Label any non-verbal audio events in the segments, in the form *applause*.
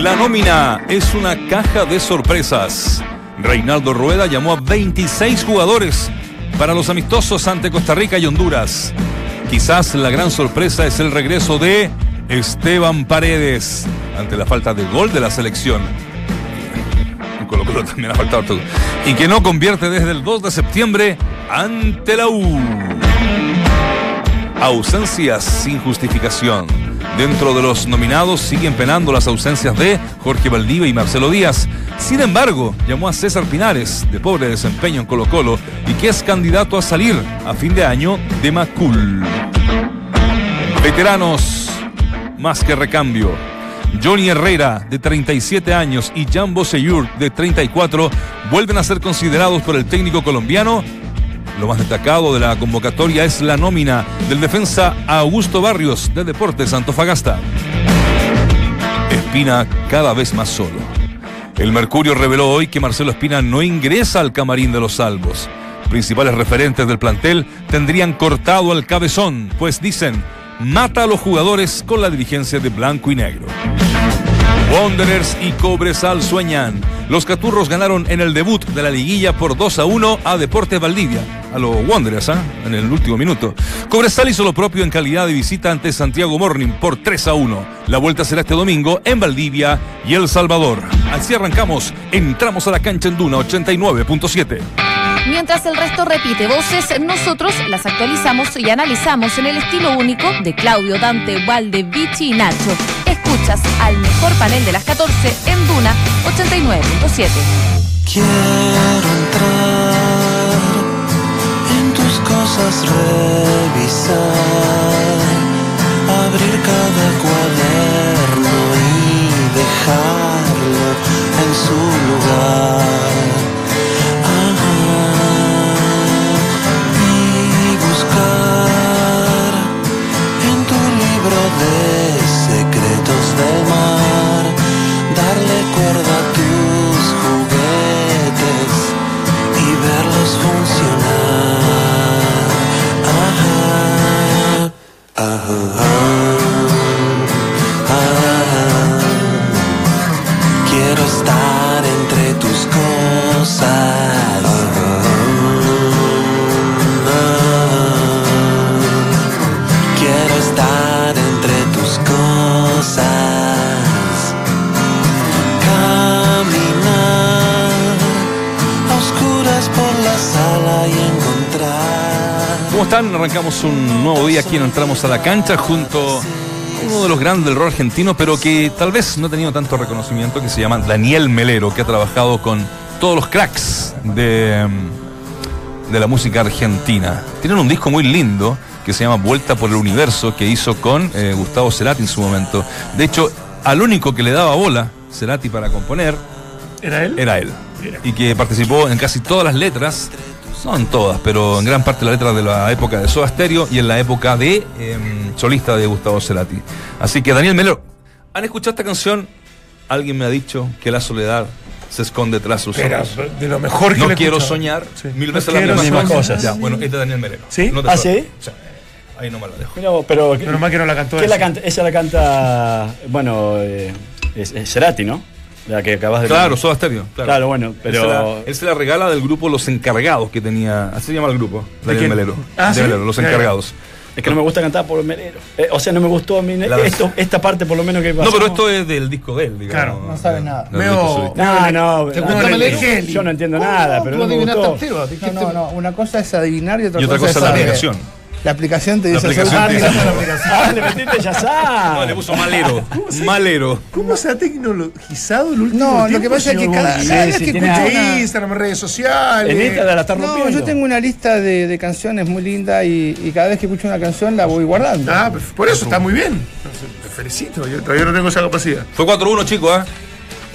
La nómina es una caja de sorpresas. Reinaldo Rueda llamó a 26 jugadores para los amistosos ante Costa Rica y Honduras. Quizás la gran sorpresa es el regreso de Esteban Paredes ante la falta de gol de la selección. En Colo Colo también ha faltado todo. Y que no convierte desde el 2 de septiembre ante la U. Ausencias sin justificación. Dentro de los nominados siguen penando las ausencias de Jorge Valdivia y Marcelo Díaz. Sin embargo, llamó a César Pinares, de pobre desempeño en Colo Colo, y que es candidato a salir a fin de año de Macul. Veteranos, más que recambio. Johnny Herrera, de 37 años, y Jambo Seyur, de 34, vuelven a ser considerados por el técnico colombiano lo más destacado de la convocatoria es la nómina del defensa Augusto Barrios de Deportes Antofagasta. Espina cada vez más solo. El Mercurio reveló hoy que Marcelo Espina no ingresa al camarín de los salvos. Principales referentes del plantel tendrían cortado al cabezón, pues dicen, mata a los jugadores con la dirigencia de blanco y negro. Wanderers y Cobresal sueñan. Los Caturros ganaron en el debut de la liguilla por 2 a 1 a Deportes Valdivia. A los Wanderers, ¿ah? ¿eh? En el último minuto. Cobresal hizo lo propio en calidad de visita ante Santiago Morning por 3 a 1. La vuelta será este domingo en Valdivia y El Salvador. Así arrancamos. Entramos a la cancha en Duna 89.7. Mientras el resto repite voces, nosotros las actualizamos y analizamos en el estilo único de Claudio Dante, Valde, Vichy y Nacho. Escuchas al mejor panel de las 14 en Duna 89.7. Quiero entrar en tus cosas, revisar, abrir cada cuaderno y dejarlo en su lugar. de secretos del mar, darle cuerda a tus juguetes y verlos funcionar. Ajá, ajá, ajá. Quiero estar entre tus cosas. Quiero estar Caminar a oscuras por la sala y encontrar. ¿Cómo están? Arrancamos un nuevo día aquí en Entramos a la Cancha junto a uno de los grandes del rock argentino, pero que tal vez no ha tenido tanto reconocimiento, que se llama Daniel Melero, que ha trabajado con todos los cracks de, de la música argentina. Tienen un disco muy lindo que se llama Vuelta por el Universo, que hizo con eh, Gustavo Cerati en su momento. De hecho, al único que le daba bola Cerati para componer ¿Era él? era él. Mira. Y que participó en casi todas las letras, no en todas, pero en gran parte de las letras de la época de Soda Stereo y en la época de em, solista de Gustavo Cerati. Así que Daniel Melo, ¿han escuchado esta canción? Alguien me ha dicho que la soledad se esconde tras sus Era ojos. de lo mejor que No le quiero escuchaba. soñar Sí. mil No veces quiero las mismas soñar. cosas. Ya, bueno, este es Daniel Melero. ¿Sí? No te ¿Ah, sueltes. sí? Ahí nomás la dejo. Mira vos, pero. Menos mal que no la cantó ¿qué él. la canta? Ella la canta. Bueno, eh, es, es Cerati, ¿no? La que acabas de. Claro, Soda Stereo. Claro, Claro, bueno, pero- Él se, la, él se la regala del grupo Los Encargados que tenía. Así se llama el grupo. Daniel quién? Melero. Ah, De ¿sí? Melero, Los Ya, ya. Encargados. Es que no me gusta cantar por Melero. Eh, o sea, no me gustó a mí La vez. esto- esta parte, por lo menos, que No, pasó. pero esto es del disco de él, digamos. Claro, no sabe nada. Del disco Veo- solista. No, no, ¿Te no, gusta no, Melero? Yo no entiendo nada, pero no me gustó. No, no, no. Una cosa es adivinar y otra, Y otra cosa es la saber. aplicación. La aplicación te La dice aplicación "Soy te Daniel". dice- Ah, le metiste ya Ah. No, le sabes. *laughs* puso malero. malero. ¿Cómo se ha tecnologizado el último No, lo que tiempo, pasa es que señor? cada, Sí, cada vez sí, que tiene escucho ahí una- Instagram, redes sociales. En Instagram la está rompiendo. No, yo tengo una lista de, de canciones muy linda y, y cada vez que escucho una canción la voy guardando. Ah, pues, por eso, está muy bien. Entonces, Te felicito, yo todavía no tengo esa capacidad. Fue 4-1, chicos, ¿eh?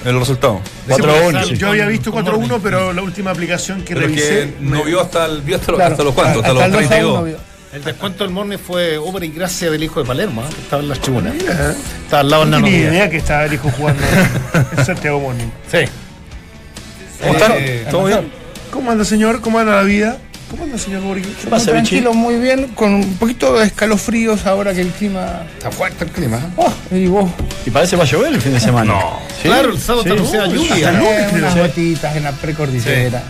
El resultado. Sí, 4-1. Yo había visto 4-1, pero la última aplicación que Pero es revisé. que no vio hasta, el, vio hasta, los- Claro. hasta los cuantos, hasta, el 2 los a 1 32. vio. El descuento del Morning fue obra y gracia del hijo de Palermo, ¿eh? estaba en las tribunas. Estaba al lado del No Nano tenía Díaz. idea que estaba el hijo jugando en Santiago Morning. Sí. ¿Cómo están? Eh, ¿Todo bien? ¿Cómo anda, señor? ¿Cómo anda la vida? ¿Cómo anda, señor Borghi? ¿Qué pasa, muy Vichy? tranquilo, muy bien, con un poquito de escalofríos ahora que el clima. Está fuerte el clima. ¿eh? Oh, y vos. Y parece va a llover el fin de semana. No. Claro, el sábado está anunciada lluvia. Hasta lunes, Eh, unas creo. gotitas en la precordillera.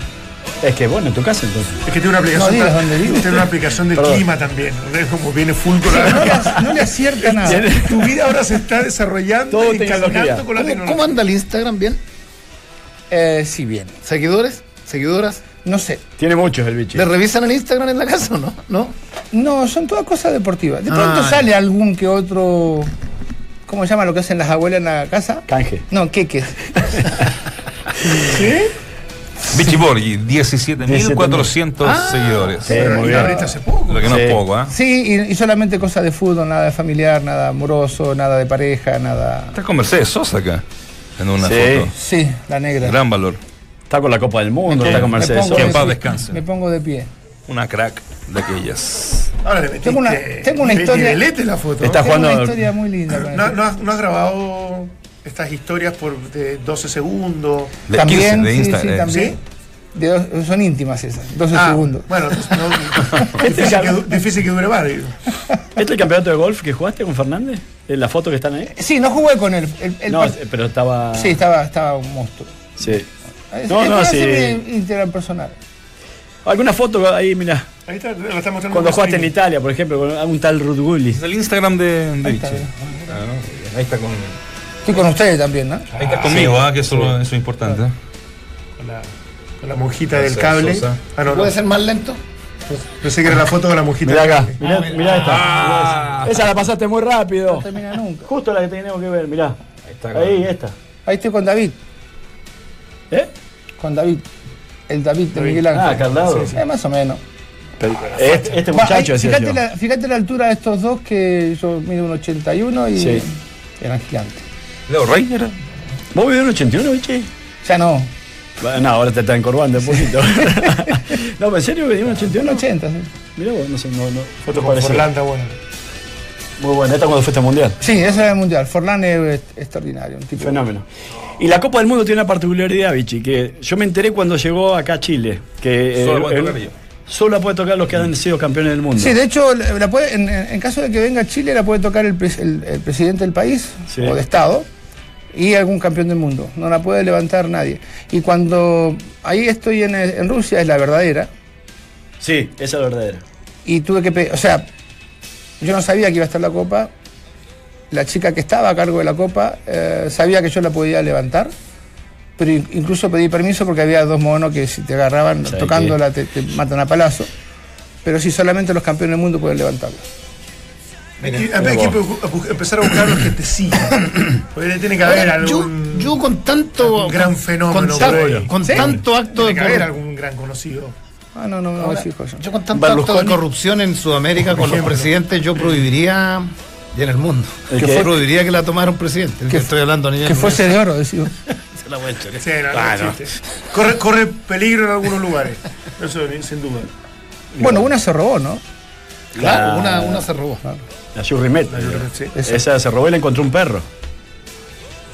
Es que bueno, en tu casa entonces. Es que tiene una aplicación, No digas tan- dónde vives. tiene una aplicación del Perdón. clima también. ¿no? Es como viene full No, con *laughs* le, la... ac- no le *laughs* acierta nada. Tu vida ahora se está desarrollando Todo y tecnología. caminando con la ¿Cómo, cómo tecnología. anda el Instagram? ¿Bien? Eh, sí, bien. ¿Seguidores? ¿Seguidoras? No sé. Tiene muchos el bicho. ¿Le revisan el Instagram en la casa o no? ¿No? No, son todas cosas deportivas. De pronto Ah. sale algún que otro. ¿Cómo se llama lo que hacen las abuelas en la casa? Canje. No, queques. Vichy Borghi, 17.400 seguidores. Sí, muy Y la bien. abriste hace poco. Lo que no es Sí. poco, ¿ah? Sí, y, y solamente cosas de fútbol, nada de familiar, nada amoroso, nada de pareja, nada. Estás con Mercedes Sosa acá, en una Sí. foto. Sí, la negra. Gran valor. Está con la Copa del Mundo, está con Me Mercedes. ¿Este pongo Que en de paz pie. descanse. Me pongo de pie. Una crack de aquellas. Ahora le metiste, Tengo una- tengo una le- historia- le lete la foto. Está- Tengo jugando- una historia muy linda. con ¿No, esto. no has, no has grabado estas historias por de 12 segundos? De también, 15 de sí, sí, Instagram. ¿eh? también. De dos- son íntimas esas, 12 Ah, segundos. Bueno, no- Este difícil, que, ya- du- difícil que dure más. digo. ¿Este es el campeonato de golf que jugaste con Fernández? Eh, ¿Las fotos que están ahí? Sí, no jugué con él. El- el no, part- eh, pero estaba. Sí, estaba, estaba un monstruo. Sí. Es- No, es no, una sí. serie interpersonal. Alguna foto ahí, mira. Ahí está, lo está mostrando. Cuando un jugaste en screen. Italia, por ejemplo, con algún tal Ruth Willis. Es el Instagram de, de Ahí está, Vichy. bien. Ah, no, muy bien. Ahí está con. Estoy con ustedes también, ¿no? Ahí está conmigo, ¿ah? que eso, eso es importante. Con la, con la monjita del Sosa. cable. Ah, no, no. ¿Puede ser más lento? Pensé que era la foto de la monjita. Mirá del acá, cable. mirá, Ah, mirá esta. Mirá esa. Esa la pasaste muy rápido. No termina nunca. Justo la que teníamos que ver, mirá. Ahí está. Ahí, esta. Ahí estoy con David, ¿Eh? con David. El David de Miguel Ah, Ángel. Carlado. Eh, más o menos. Este, este Bueno, muchacho ahí, decía fíjate, yo. la, fíjate la altura de estos dos que yo mido un 81 y Sí. eran gigantes. Leo Rey era. ¿Vos vivís en un 81, biche? Ya no, Bueno, no, ahora te está encorvando un *laughs* poquito. no, pero ¿en serio vivís en un 81? un 80. Sí, Mirá vos, no sé, no, no. Foto no con parece. Forlanda, bueno. Muy buena, esta cuando fuiste al mundial. sí ese era el mundial. Forlán es extraordinario, un tipo. Fenómeno. Y la Copa del Mundo tiene una particularidad, Vichy, que yo me enteré cuando llegó acá a Chile. Que, Solo eh, puede eh, tocar yo. Solo la puede tocar los que han sido campeones del mundo. Sí, de hecho, la- la puede- en, en- en caso de que venga a Chile, la puede tocar el, pres- el- el presidente del país Sí. o de Estado y algún campeón del mundo. No la puede levantar nadie. Y cuando ahí estoy en, en Rusia, es la verdadera, Sí, esa es la verdadera. y tuve que pedir, o sea, yo no sabía que iba a estar la copa, la chica que estaba a cargo de la copa eh, sabía que yo la podía levantar, pero in- incluso pedí permiso porque había dos monos que si te agarraban ¿Sabes tocándola te, te matan a palazo, pero sí, solamente los campeones del mundo pueden levantarla. Hay que, hay que bu- empezar a buscar los que te siguen. Porque tiene que haber Ahora, yo, algún. yo con tanto. algún gran fenómeno Con, por tan- ahí. con Sí. tanto acto de Tiene que haber corrupción. algún gran conocido. Ah, no, no, no me fijo yo. Yo con tanto acto de Berlusconi. corrupción en Sudamérica con los presidentes, yo prohibiría. Y en el mundo. ¿El Yo qué? prohibiría que la tomara un presidente. Estoy hablando a nivel Que mundial. fuese de oro, decimos. Se la voy a echar. Sí, no, no Ah, no. existe. Corre, corre peligro en algunos lugares. Eso ni- sin duda. Bueno, una se robó, ¿no? Claro, una, una se robó. La Yurrimet. Yo creo que sí. Eso. Esa se robó y la encontró un perro.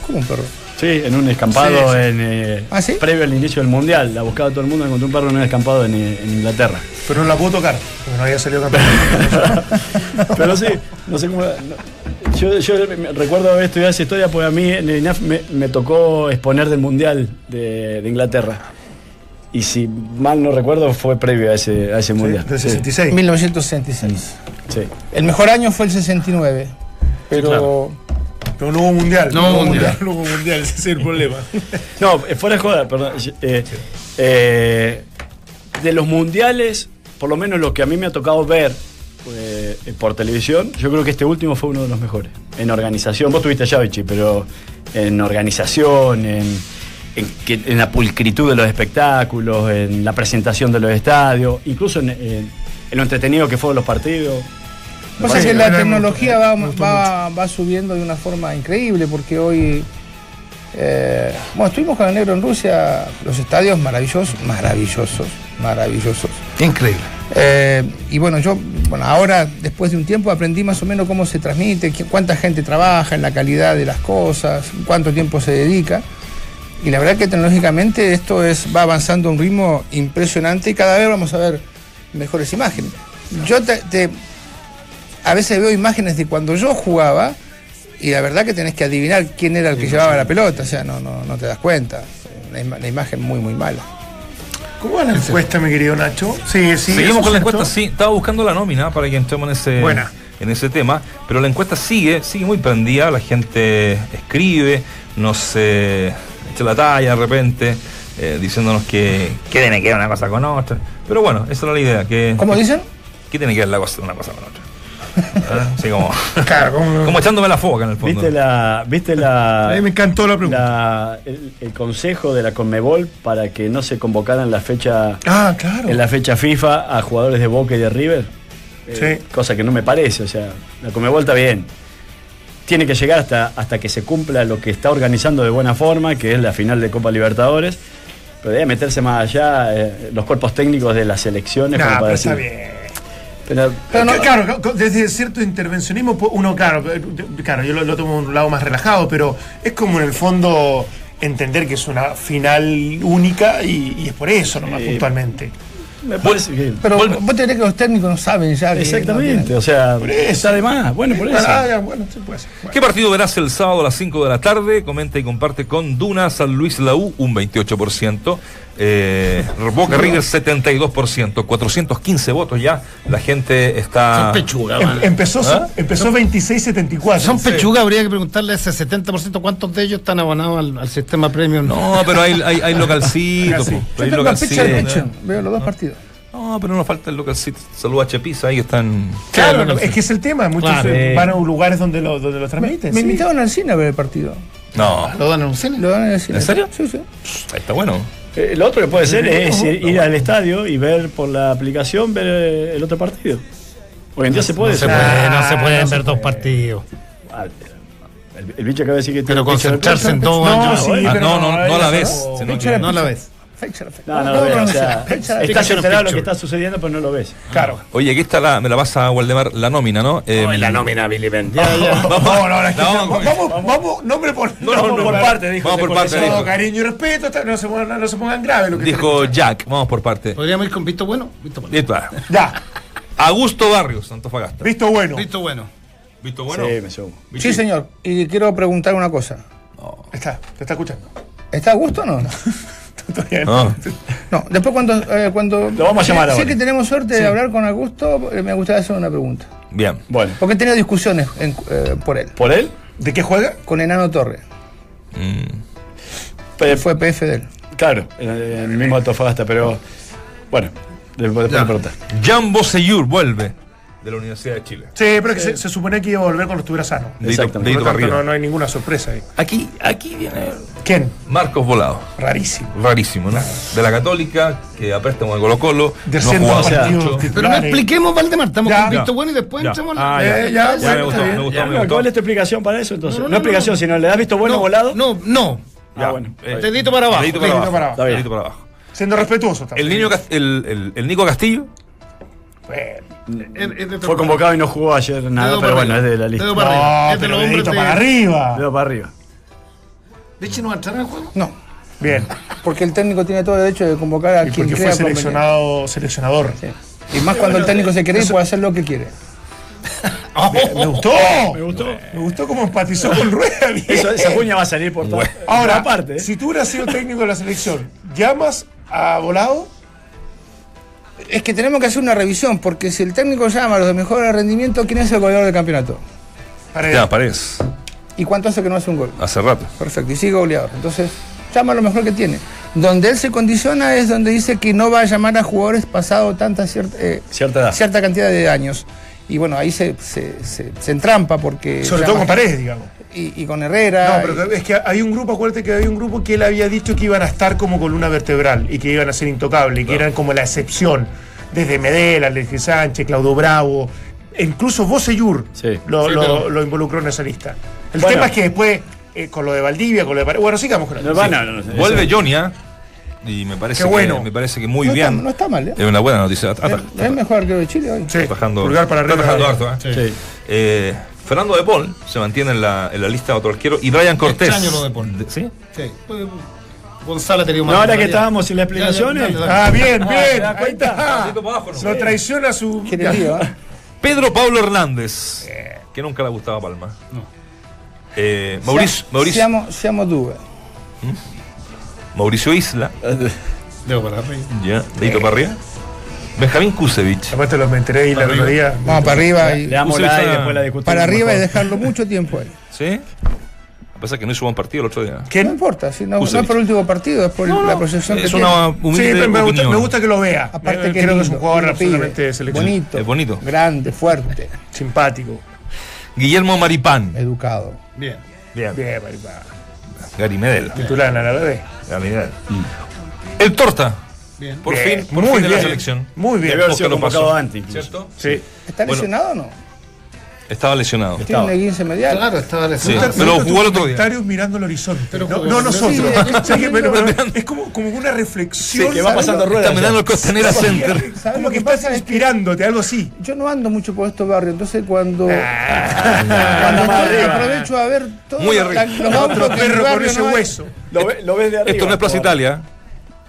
Como un perro. Sí, en un escampado Sí, sí. en eh, ¿Ah, sí? previo al inicio del mundial. La buscaba todo el mundo, encontró un perro en un escampado en, eh, en Inglaterra. Pero no la puedo tocar, porque no había salido campeón. *laughs* Pero sí, no sé cómo. no- yo, yo me- recuerdo haber estudiado esa historia porque a mí en el INAF me, me tocó exponer del mundial de, de Inglaterra. Y si mal no recuerdo, fue previo a ese, a ese mundial. Del Sí, 66. 1966. sí. El mejor año fue el 69. Pero Pero no hubo mundial. No hubo mundial. No hubo mundial, ese es el problema. No, eh, fuera de joda, perdón. eh, eh, de los mundiales, por lo menos lo que a mí me ha tocado ver eh, por televisión, yo creo que este último fue uno de los mejores. En organización, vos tuviste allá, Vichy, pero en organización, en, en que- en la pulcritud de los espectáculos, en la presentación de los estadios, incluso en, en- en lo entretenido que fueron los partidos. Pasa parece Pues que que la me tecnología gustó, va, me gustó va, va subiendo de una forma increíble porque hoy. eh, bueno, estuvimos con el negro en Rusia, los estadios maravillosos, maravillosos, maravillosos. Increíble. Eh, y bueno, yo, bueno, ahora después de un tiempo aprendí más o menos cómo se transmite, qué- cuánta gente trabaja, en la calidad de las cosas, cuánto tiempo se dedica. Y la verdad que tecnológicamente esto es, va avanzando a un ritmo impresionante y cada vez vamos a ver mejores imágenes. Yo te, te- a veces veo imágenes de cuando yo jugaba y la verdad que tenés que adivinar quién era el que llevaba la pelota, o sea, no, no, no te das cuenta. Una, ima- una imagen muy, muy mala. ¿Cómo va la encuesta, mi querido Nacho? Sí, sí. Seguimos eso con la es cierto. encuesta, sí. Estaba buscando la nómina para que entremos en ese, Buena. en ese tema, pero la encuesta sigue, sigue muy prendida. La gente escribe, nos eh, echa la talla de repente, eh, diciéndonos que, que tiene que ver una cosa con otra. Pero bueno, esa era la idea. Que, ¿Cómo dicen? ¿Qué tiene que ver la cosa, una cosa con otra? *laughs* ¿Ah? Así como, Claro, como- como echándome la foca en el fondo. ¿Viste la, viste la, A mí me encantó la pregunta. la- el, el consejo de la Conmebol para que no se convocaran la fecha, Ah, claro. en la fecha FIFA a jugadores de Boca y de River? Eh, Sí. Cosa que no me parece, o sea, la Conmebol está bien. Tiene que llegar hasta, hasta que se cumpla lo que está organizando de buena forma, que es la final de Copa Libertadores. Pero debe meterse más allá eh, los cuerpos técnicos de las selecciones. como Nah, para pero decir- está bien. Pero- Pero no, claro, co- desde cierto intervencionismo, po- uno, claro, eh, claro yo lo, lo tomo de un lado más relajado, pero es como en el fondo entender que es una final única y, y es por eso, nomás Sí. puntualmente. me parece que- Pero Vuelvo. vos tenés que los técnicos no saben ya. que no Exactamente, tienen- o sea, Por eso. está de más. Bueno, por eso. Ah, ya, bueno, sí, puede ser. Bueno. ¿Qué partido verás el sábado a las 5 de la tarde? Comenta y comparte con Duna, San Luis La U, un 28%. Eh, Boca River, 72%. 415 votos ya. La gente está. Son pechuga, Em- man. empezó empezó 26.74. Son Sí. pechuga, habría que preguntarle a ese 70% cuántos de ellos están abonados al, al sistema premium. No, pero hay, hay, hay localcito. Acá sí. Yo po, hay tengo la localcito. fecha de pecho, veo los dos Ah. partidos. No, pero no nos falta el localcito. Saludos a Chepisa, ahí están. Claro, Claro, no, es que es el tema. Muchos Claro. eh, van a lugares donde lo, donde lo Me, transmiten. me sí. invitaron al cine a ver el partido. No, ¿Lo dan en un cine? Lo dan en el cine. ¿En serio? Sí, sí. ahí está bueno. Eh, lo otro que puede ser es ir, ir al estadio y ver por la aplicación ver eh, el otro partido. Hoy en día se puede. No se o sea, puede, no se no pueden se ver dos partidos. ah, El, el bicho acaba de decir que Pero tiene fecha de concentrarse en fecha. dos. No, Ah, sí, bueno. Ah, pero no, no, no la eso ves. sino que- No la ves. Fecha, la fecha. No, no lo ves, o sea, Fecha, la fecha. estás Picture, enterado de lo que picture. está sucediendo, pero no lo ves. Claro. Oye, aquí está la. Me la pasa a Waldemar la nómina, ¿no? Em, nómina, Billy Ben. Ya, ya. Vamos, No, no, la gente- vamos, vamos, vamos, nombre por, no, nombre no, no. Vamos por parte, Todo dijo. cariño y respeto, está- no se pongan, no se pongan graves lo que Dijo Jack, vamos por parte. Podríamos ir con Visto Bueno. *laughs* Visto Bueno. Listo. ah. Ya, Augusto Barrios, Antofagasta. visto bueno. Visto Bueno. ¿Visto Sí, me sumo. Sí, señor. Y quiero preguntar una cosa. Está, te está escuchando. *laughs* ¿Está a gusto o no? Todavía no. *laughs* Ah. No, después cuando... eh, cuando Lo vamos a llamar sé, ahora. Sé que tenemos suerte de hablar con Augusto, eh, me gustaría hacer una pregunta. Bien. Bueno, Porque he tenido discusiones en- eh, por él, por él, ¿De qué juega? con Enano Torre, pe- que fue PF de él. eh, claro, en el, en el mismo Antofagasta, pero bueno, después de preguntar. Jambo Seyur vuelve de la Universidad de Chile. Sí, pero que se, se suponía que iba a volver cuando estuviera sano. Dedito, Exactamente. dedito Por lo para tanto, arriba. no, no hay ninguna sorpresa ahí. Aquí, aquí viene ¿Quién? Marcos Volado. Rarísimo. Rarísimo, ¿no? De la Católica, que a préstamo de Colo Colo. De no ha centro jugado partido mucho. Pero no titular, eh. expliquemos, Valdemar. Estamos Ya. con Visto Ya. Bueno y después Ya. entramos. Ah, al- ya. Eh, ya, Ya me gustó, está me bien. gustó, Ya, me gustó. ¿Cuál es tu explicación para eso entonces? No, No, no, no, explicación, no. sino le has visto bueno no, volado. No, no. Ah, Ya. bueno. Eh, Dedito para abajo. Dedito para Dedito abajo. para abajo. Está bien. Dedito para abajo. Siendo respetuoso. El, niño, Cas- el, el- el Nico Castillo, Bueno, Es- es de- Fue convocado y no jugó ayer nada, Dedo pero para bueno, es arriba. de la lista. Dedo para arriba. no, Es de pero los dedito hombres para de- arriba. Dedo para arriba. De hecho, no entrará al juego. No, Bien. porque el técnico tiene todo el derecho de convocar a Y quien porque crea fue conveniente. seleccionado, seleccionador. Y más cuando el técnico se quiere y puede hacer lo que quiere. *laughs* Me gustó. Me gustó. Me gustó cómo empatizó con Rueda. bien. Eso- esa cuña va a salir por todas. Ahora, aparte. si tú hubieras sido técnico de la selección, ¿llamas a Volado? Es que tenemos que hacer una revisión, porque si el técnico llama a los de mejor rendimiento, ¿quién es el goleador del campeonato? Para ya, Paredes, ¿Y cuánto hace que no hace un gol? hace rato. Perfecto, y sigue goleador. Entonces, llama a lo mejor que tiene. Donde él se condiciona es donde dice que no va a llamar a jugadores pasado tanta cierta, eh, Cierta edad. cierta cantidad de años. Y bueno, ahí se, se, se- se entrampa porque. sobre todo con llama- Paredes, digamos. Y, y con Herrera. No, pero que- es que hay un grupo, acuérdate que había un grupo que él había dicho que iban a estar como columna vertebral y que iban a ser intocables y que eran como la excepción. Desde Medela, Alexis Sánchez, Claudio Bravo, e incluso Bocellur Sí. lo, Sí, lo- pero- lo involucró en esa lista. El Bueno. tema es que después, eh, con lo de Valdivia, con lo de Paredes. Bueno, sigamos con No, eso. va, no, no, no, eso- Vuelve Johnny, ¿ah? Y me parece, Qué bueno. que, me parece que muy no, bien. Está, no está mal, ¿eh? Es una buena noticia. Ah, Ata- Es- es el mejor arquero de Chile hoy. Sí, Está Atajando, pulgar para está arriba. atajando harto, ¿eh? Sí. Eh, Fernando de Paul se mantiene en la, en la lista de otro arquero y Brian Cortés. Ah, Extraño lo de Paul. ¿Sí? Sí. Pues, Gonzalo ha tenido No, más ahora que popularidad. estábamos sin las Ya, ya, explicaciones. dale, dale. Ah, bien, bien. das Ahí cuenta? está. Pasito para abajo, ¿no? Lo traiciona su. Tiene lío, ¿eh? Pedro Pablo Hernández, que nunca le gustaba Palma. Eh, Mauricio, Sea- Mauricio, Siamo, siamo due. Mauricio Isla, Debo para arriba. ya, dedito para arriba. Benjamín Kusevich. Aparte los me enteré y la Arriba. melodía. Vamos para arriba Le y damos Puse la esa- y después la discutimos. para arriba y mejor. dejarlo mucho tiempo *laughs* ahí. ¿Sí? A pesar que no hizo buen partido el otro día. No ¿Quién? importa, si no, no Kusevich. es por el último partido, es por la proyección que Es tiene. una Sí, humilde pero me gusta, opinión. me gusta que lo vea. Aparte que Eh, creo lindo, que es un jugador lindo pibe, absolutamente de selección. Bonito, Es bonito. grande, fuerte, Simpático. Guillermo Maripán. educado. Bien. Bien. Bien, Maripá. Gary Medel. Titular en la bebé. Gary Medel. Mm. El Torta. Bien. Por Bien, fin, por muy fin de la bien. selección. Muy bien. Debió haber sido Oscar lo pasó. convocado antes. incluso. ¿Cierto? Sí. ¿Está Bueno. lesionado o no? Estaba lesionado. Tiene Estaba. un 15 medial. Claro, estaba Sí. lesionado. Pero jugó el otro día. Comentarios mirando el horizonte. Pero no, jugó. no *laughs* Sí, nosotros. es- es Sí, que- pero- tremendo. *laughs* pero es como, como una reflexión. Sí, que va ¿sabes? pasando ruedas. Está mirando el Costanera Center. ¿Sabes Como que estás inspirándote, algo así. Yo no ando mucho por estos barrios, entonces cuando, Ah, cuando Anda más estoy, arriba. aprovecho a ver todos Muy los, arriba. los autos Otro que en el perro con barrio ese no hay. hueso. Lo, ve- lo ves de arriba. Esto no es Plaza por- Italia.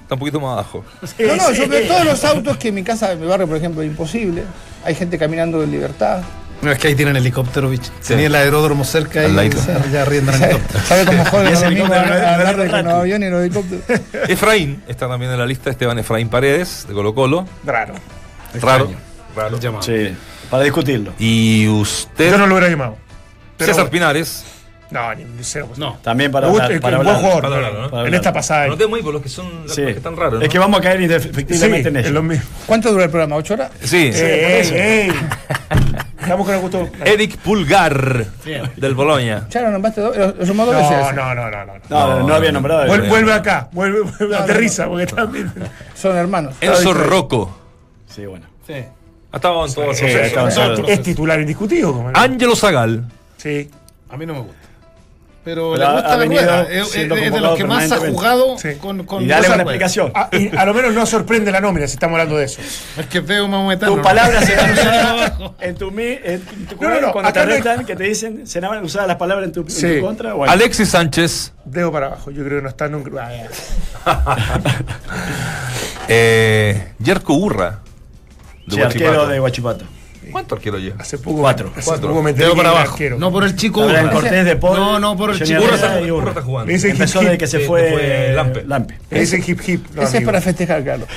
Está un poquito más abajo. No, no, yo veo todos los autos que en mi casa, en mi barrio, por ejemplo, es imposible. Hay gente caminando en libertad. No, es que ahí tienen helicóptero, bicho. Tenía el aeródromo cerca Al y ladito. se- ya arriendan helicóptero. ¿Sabe cómo joden ese los amigos helicóptero no es- a no es hablar de versátil. los aviones y los helicópteros? Efraín está también en la lista. Esteban Efraín Paredes, de Colo Colo. Raro. Raro. El llamado. Sí, para discutirlo. Y usted, Yo no lo hubiera llamado. Pero César bueno. Pinares. No, ni- ni cero. pues. No. También para Me gusta hablar. el- Para el hablar. buen jugador. Para hablar, ¿no? Para En hablar. esta pasada. eh. Anotemos ahí por los que son Sí. los que están raros. ¿no? Es que vamos a caer Sí, efectivamente en es ello. lo mismo. ¿Cuánto dura el programa? ¿Ocho horas? Sí. Eh, Ey, ey, ey. Estamos con el gusto. Eric Pulgar, del Boloña. Ya lo nombraste dos, lo- lo llamó dos veces. No, no, no, no. no. No, no, no había nombrado. Vuel- no. vuelve acá, vuelve, vuelve, aterriza, porque también. Son hermanos. Enzo Rocco. Sí, bueno. Ha estado en todos los Sí, procesos. estaba en No, todo. es titular indiscutido. como no. Ángelo Zagal. Sí, A mí no me gusta. Pero, Pero le ha- gusta ha la venido rueda. Es, siendo es- es de convocado los que más ha permanentemente. jugado Sí. con, con Y dale esa una rueda. explicación. Ah, y a lo menos no sorprende la nómina si estamos hablando de eso. Es que veo más metano. Tus palabras eh. serán *laughs* usadas en tu mi, en tu No, no, no, cuando te acá no hay- retan, que te dicen, serán usadas las palabras en tu, en tu Sí. contra. Bueno, Alexis Sánchez. Dedo para abajo, yo creo que no está en un grupo. Ah, ya. Eh, Yerko Urra. de sí, arquero Huachipato. de Guachipato. ¿Cuánto arquero lleva? Hace poco. Cuatro. Hace Cuatro. poco me enteré Dedo que para era abajo. arquero. No por el chico Ahora en Urra. Cortés de Paul. No, no, por el Junior chico Urra Urra está, y Urra. Urra está jugando. Ese Empezó desde que se Sí, fue, fue Lampe. Lampe. Ese hip hip. Ese no, es amigo. para festejar, Carlos.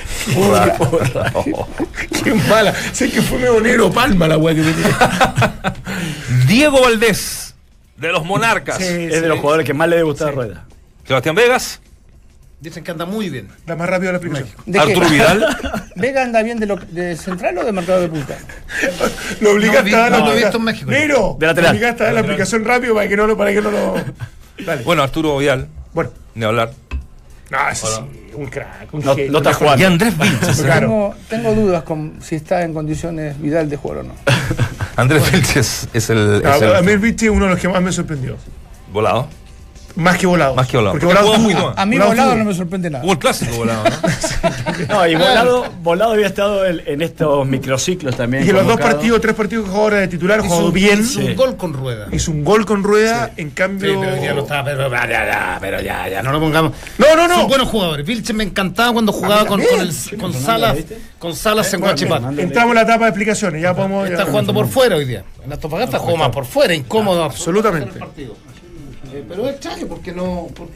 Qué mala. Sé que fue medio negro palma la weá que me tiró. *laughs* Diego Valdés, de los Monarcas. Sí, Es de los jugadores que más le debe gustar a Rueda. Sebastián Vegas. Dicen que anda muy bien. Da más rápido la primera. ¿De Arturo qué? Vidal. *laughs* ¿Vega anda bien de, lo- de central o de mercado de punta? Lo obligaste No, a dar no, la lo he aplica- visto en México. Negro, De lo lateral. obligaste a dar la aplicación rápido para que no lo. Para que no lo... Dale. Bueno, Arturo Vidal. Bueno, Ni hablar. no, ese sí, un crack. Un No, genio. no está Y jugando. Andrés *laughs* Vilches. Claro. Tengo, tengo dudas con si está en condiciones Vidal de jugar o no. Andrés Vilches es el, No, es el Ah, a mí el Vichy es uno de los que más me sorprendió. volado. Más que volado. Más que Volado. Porque Porque volado jugó muy tuvo. bien. A mí Volado volado tuvo. no me sorprende nada. Hubo el clásico volado, ¿no? No, y volado, volado había estado en, en estos microciclos también. Y que los dos convocado. partidos, tres partidos que jugó ahora de titular, jugó bien. Hizo un gol con rueda. Hizo un gol con rueda, en Sí, cambio. pero hoy día no está, pero ya, ya, pero ya, ya, no lo pongamos. No, no, no. Son buenos jugadores. Vilche me encantaba cuando jugaba con, con, el- con Salas, con Salas en Guachipato. Entramos en la etapa de explicaciones, ya podemos. Está ya- jugando por fuera hoy día. En Antofagasta jugó más por fuera, incómodo. Absolutamente. el partido. Eh, Pero es extraño porque no. Porque,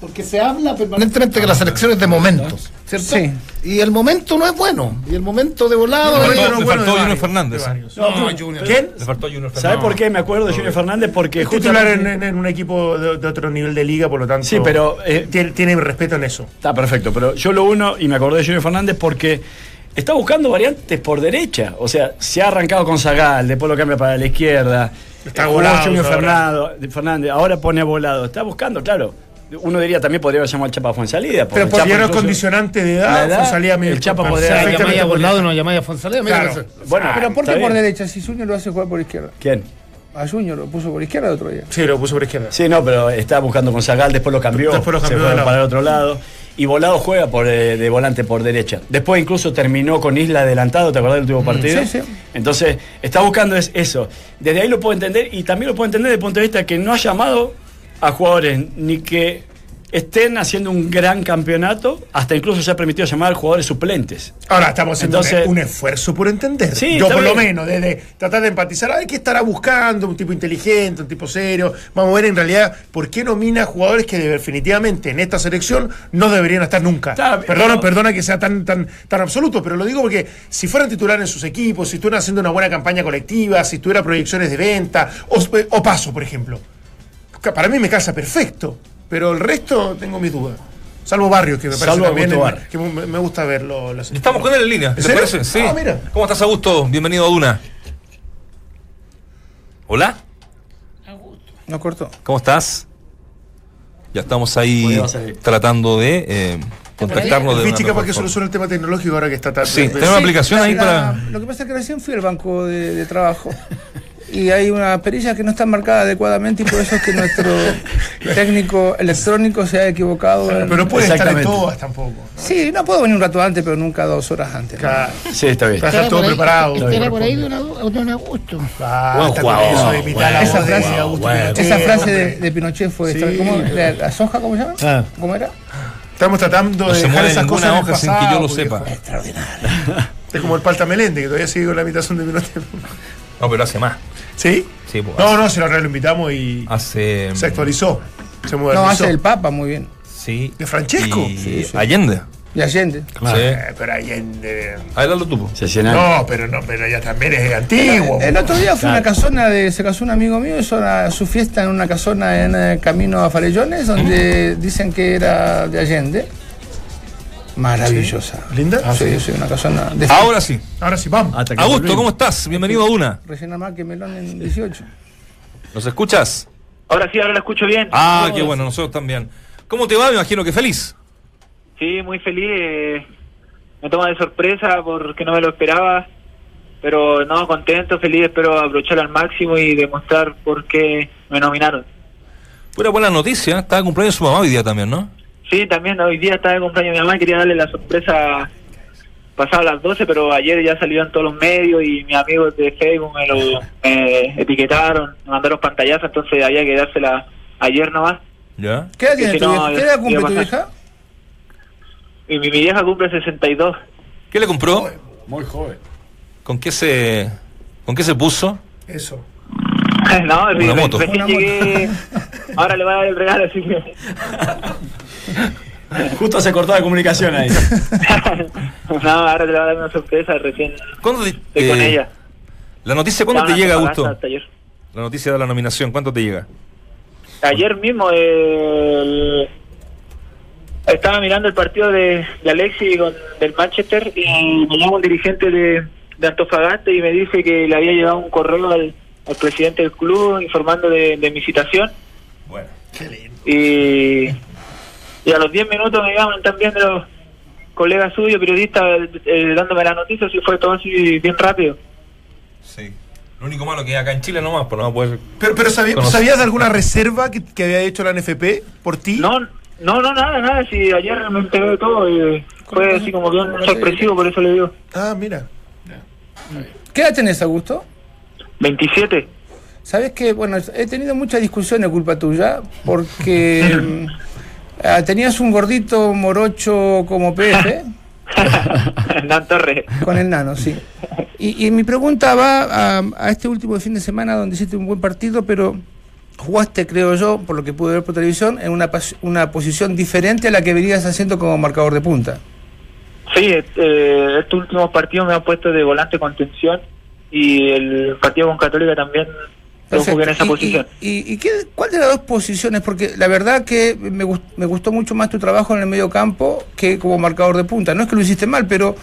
porque se habla permanentemente que las elecciones de momentos, ¿cierto? Sí. Y el momento no es bueno. Y el momento de No, volado. no, es- no, Le bueno, de faltó Junior varios, Fernández. de varios. No, Junior. ¿Quién? Le faltó Junior Fernández. ¿Sabes por qué me acuerdo de Junior Fernández? Porque Es titular en, justamente- en- en un equipo de, de otro nivel de liga, por lo tanto. Sí, pero, eh, tiene, tiene respeto en eso. Está perfecto, pero yo lo uno y me acordé de Junior Fernández porque está buscando variantes por derecha. O sea, se ha arrancado con Zagal, después lo cambia para la izquierda. Está Jugó volado, Junior está Fernando, Fernández, ahora pone volado. Está buscando, claro. Uno diría también podría haber llamado al Chapa Fuensalida. porque Pero el por Chapa ya no es incluso- condicionante de La edad, edad, fue salida medio el Chapa campo. podría haber Perfectamente Perfectamente llamado a por- Volado, no llamada a Fonsalea. Mira Claro. que se- Bueno, Pero ¿por está qué por bien. derecha? Si Junior lo hace jugar por izquierda. ¿Quién? A Junior lo puso por izquierda el otro día. Sí, lo puso por izquierda. Sí, no, pero está buscando con Zagal, después lo cambió. Después lo cambió se de fue lado. para el otro lado. Y Volado juega por, eh, de volante por derecha. Después incluso terminó con Isla adelantado, ¿te acordás del Mm, último partido? sí, sí. Entonces, está buscando es eso. Desde ahí lo puedo entender y también lo puedo entender desde el punto de vista que no ha llamado a jugadores ni que estén haciendo un gran campeonato, hasta incluso se ha permitido llamar jugadores suplentes. Ahora estamos haciendo Entonces- un, un esfuerzo por entender. Sí, Yo está por lo bien. menos, desde tratar de empatizar, hay que estará buscando un tipo inteligente, un tipo serio. Vamos a ver en realidad por qué nomina jugadores que definitivamente en esta selección no deberían estar nunca. Está- perdona, no. perdona que sea tan, tan, tan absoluto, pero lo digo porque si fueran titulares en sus equipos, si estuvieran haciendo una buena campaña colectiva, si tuviera proyecciones de venta, o, eh, o paso, por ejemplo. Ca- Para mí me casa perfecto, pero el resto tengo mis dudas. Salvo Barrios, que me parece Salvo también Augusto en- Barrios. que me me gusta verlo. las- Estamos con él en línea, ¿te serio? parece? Sí. Ah, mira. ¿Cómo estás, Augusto? Bienvenido a Duna. Hola, No cortó. ¿cómo estás? Ya estamos ahí Bueno, va a salir. tratando de eh, contactarnos de El una Vichy capaz mejor que forma. soluciona el tema tecnológico ahora que está tarde. Sí, tenemos una aplicación la- ahí la- para... Lo que pasa es que recién fui al banco de, de trabajo y hay una perilla que no está marcada adecuadamente y por eso es que nuestro técnico electrónico se ha equivocado. en- Pero no puede estar en Exactamente. todas tampoco. Sí, no puedo venir un rato antes, pero nunca dos horas antes. ¿no? Acá, Sí, está bien. Para estar todo preparado. Estará por ahí de una, de un Augusto. Ah, está con eso de imitar la Esa voz de frase- Augusto bueno. Pinochet, Esa frase de, hombre. de Pinochet fue... Sí. extra- ¿cómo, la, la soja cómo se llama? Ah. ¿Cómo era? Estamos tratando No de se dejar mueve esas cosas en ninguna el hoja sin que yo pasado, lo viejo. sepa. Es como el Palta Melende, que todavía sigue con la imitación de Pinochet. No, pero hace más. *laughs* ¿Sí? Sí, pues, No, no, se lo re- lo invitamos y Hace... se actualizó. Se modernizó. No, hace el Papa, muy bien. Sí. ¿De Francesco? Y Sí, sí. Allende. Y Allende. Sí. Eh, pero Allende. Adelante tú. Se llenan. No, pero no, pero ya también es antiguo. El otro día fue Claro. una casona de. Se casó un amigo mío, hizo una- su fiesta en una casona en eh, camino a Farellones, donde dicen que era de Allende. Maravillosa. ¿Linda? Ah, sí, sí, una casona de Ahora sí. Ahora sí, vamos. Hasta que Augusto, volvimos. ¿cómo estás? Bienvenido a Duna. Recién más que Melón en 18. ¿Nos escuchas? Ahora sí, ahora lo escucho bien. Ah, qué bueno, nosotros también. ¿Cómo te va? Me imagino que feliz. Sí, muy feliz. eh, me toma de sorpresa porque no me lo esperaba. Pero no, contento, feliz. Espero aprovechar al máximo y demostrar por qué me nominaron. Pura buena noticia. Estaba cumpleaños su mamá hoy día también, ¿no? Sí, también hoy día estaba de cumpleaños mi mamá y quería darle la sorpresa pasado las 12, pero ayer ya salió en todos los medios y mis amigos de Facebook me lo me etiquetaron, me mandaron pantallazos, entonces había que dársela ayer nomás. Ya. ¿Qué edad Es tiene que tu no, vieja? ¿Qué yo- edad cumple yo tu pasé. vieja? Y mi, mi vieja cumple 62. ¿Qué le compró? Muy joven. ¿Con qué se, con qué se puso? Eso. *laughs* no, recién moto. recién Una moto. llegué. Ahora le voy a dar el regalo, así *laughs* que. Justo se cortó la comunicación *laughs* ahí. no, ahora te la voy a dar una sorpresa, recién estoy ¿Cuándo te- con eh, ella. ¿La noticia cuándo Estaba te en llega, Antofagasta hasta Augusto? Ayer. La noticia de la nominación, ¿cuándo te llega? Ayer mismo el- estaba mirando el partido de, de Alexis con- del Manchester y me llama un dirigente de, de Antofagasta y me dice que le había llegado un correo al, al presidente del club informando de, de mi citación. Bueno. y, y a los 10 minutos me llaman también de los colegas suyos, periodistas, eh, dándome la noticia, así fue todo así bien rápido. Sí. Lo único malo que acá en Chile nomás, pero no *laughs* puede ser. Pero, pero sabí- Conoce- ¿sabías de alguna reserva que, que había hecho la NFP por ti? No, no, no, nada, nada, si ayer me enteré de todo, eh, fue así como bien sorpresivo, por eso le digo. Ah, mira. ¿Qué edad tenés, Augusto? 27. Sabes que, bueno, he tenido muchas discusiones culpa tuya, porque mm, ah, tenías un gordito morocho como PF. *laughs* Hernán Torres. Con el nano, sí. Y, y mi pregunta va a, a este último fin de semana donde hiciste un buen partido, pero jugaste, creo yo, por lo que pude ver por televisión, en una, pas- una posición diferente a la que venías haciendo como marcador de punta. Sí, eh, estos últimos partidos me han puesto de volante contención y el partido con Católica también lo jugué en Perfecto. esa ¿Y- posición. ¿Y, y, y qué- cuál de las dos posiciones? Porque la verdad que me, gust- me gustó mucho más tu trabajo en el medio campo que como marcador de punta. No es que lo hiciste mal, pero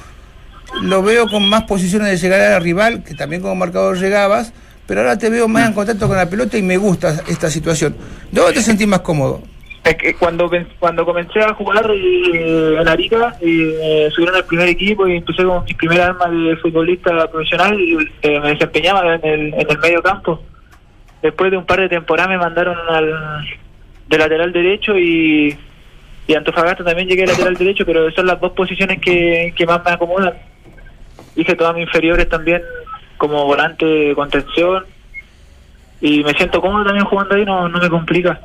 lo veo con más posiciones de llegar al rival, que también como marcador llegabas, pero ahora te veo más en contacto con la pelota y me gusta esta situación. ¿Dónde te sentís más cómodo? Es que cuando pen- cuando comencé a jugar eh, en Arica, eh, subieron al primer equipo y empecé con mi primer arma de futbolista profesional y eh, me desempeñaba en el, en el medio campo. Después de un par de temporadas me mandaron al de lateral derecho y, y Antofagasta también llegué a lateral derecho, pero son las dos posiciones que, que más me acomodan. Hice todas mis inferiores también como volante de contención y me siento cómodo también jugando ahí, no, no me complica.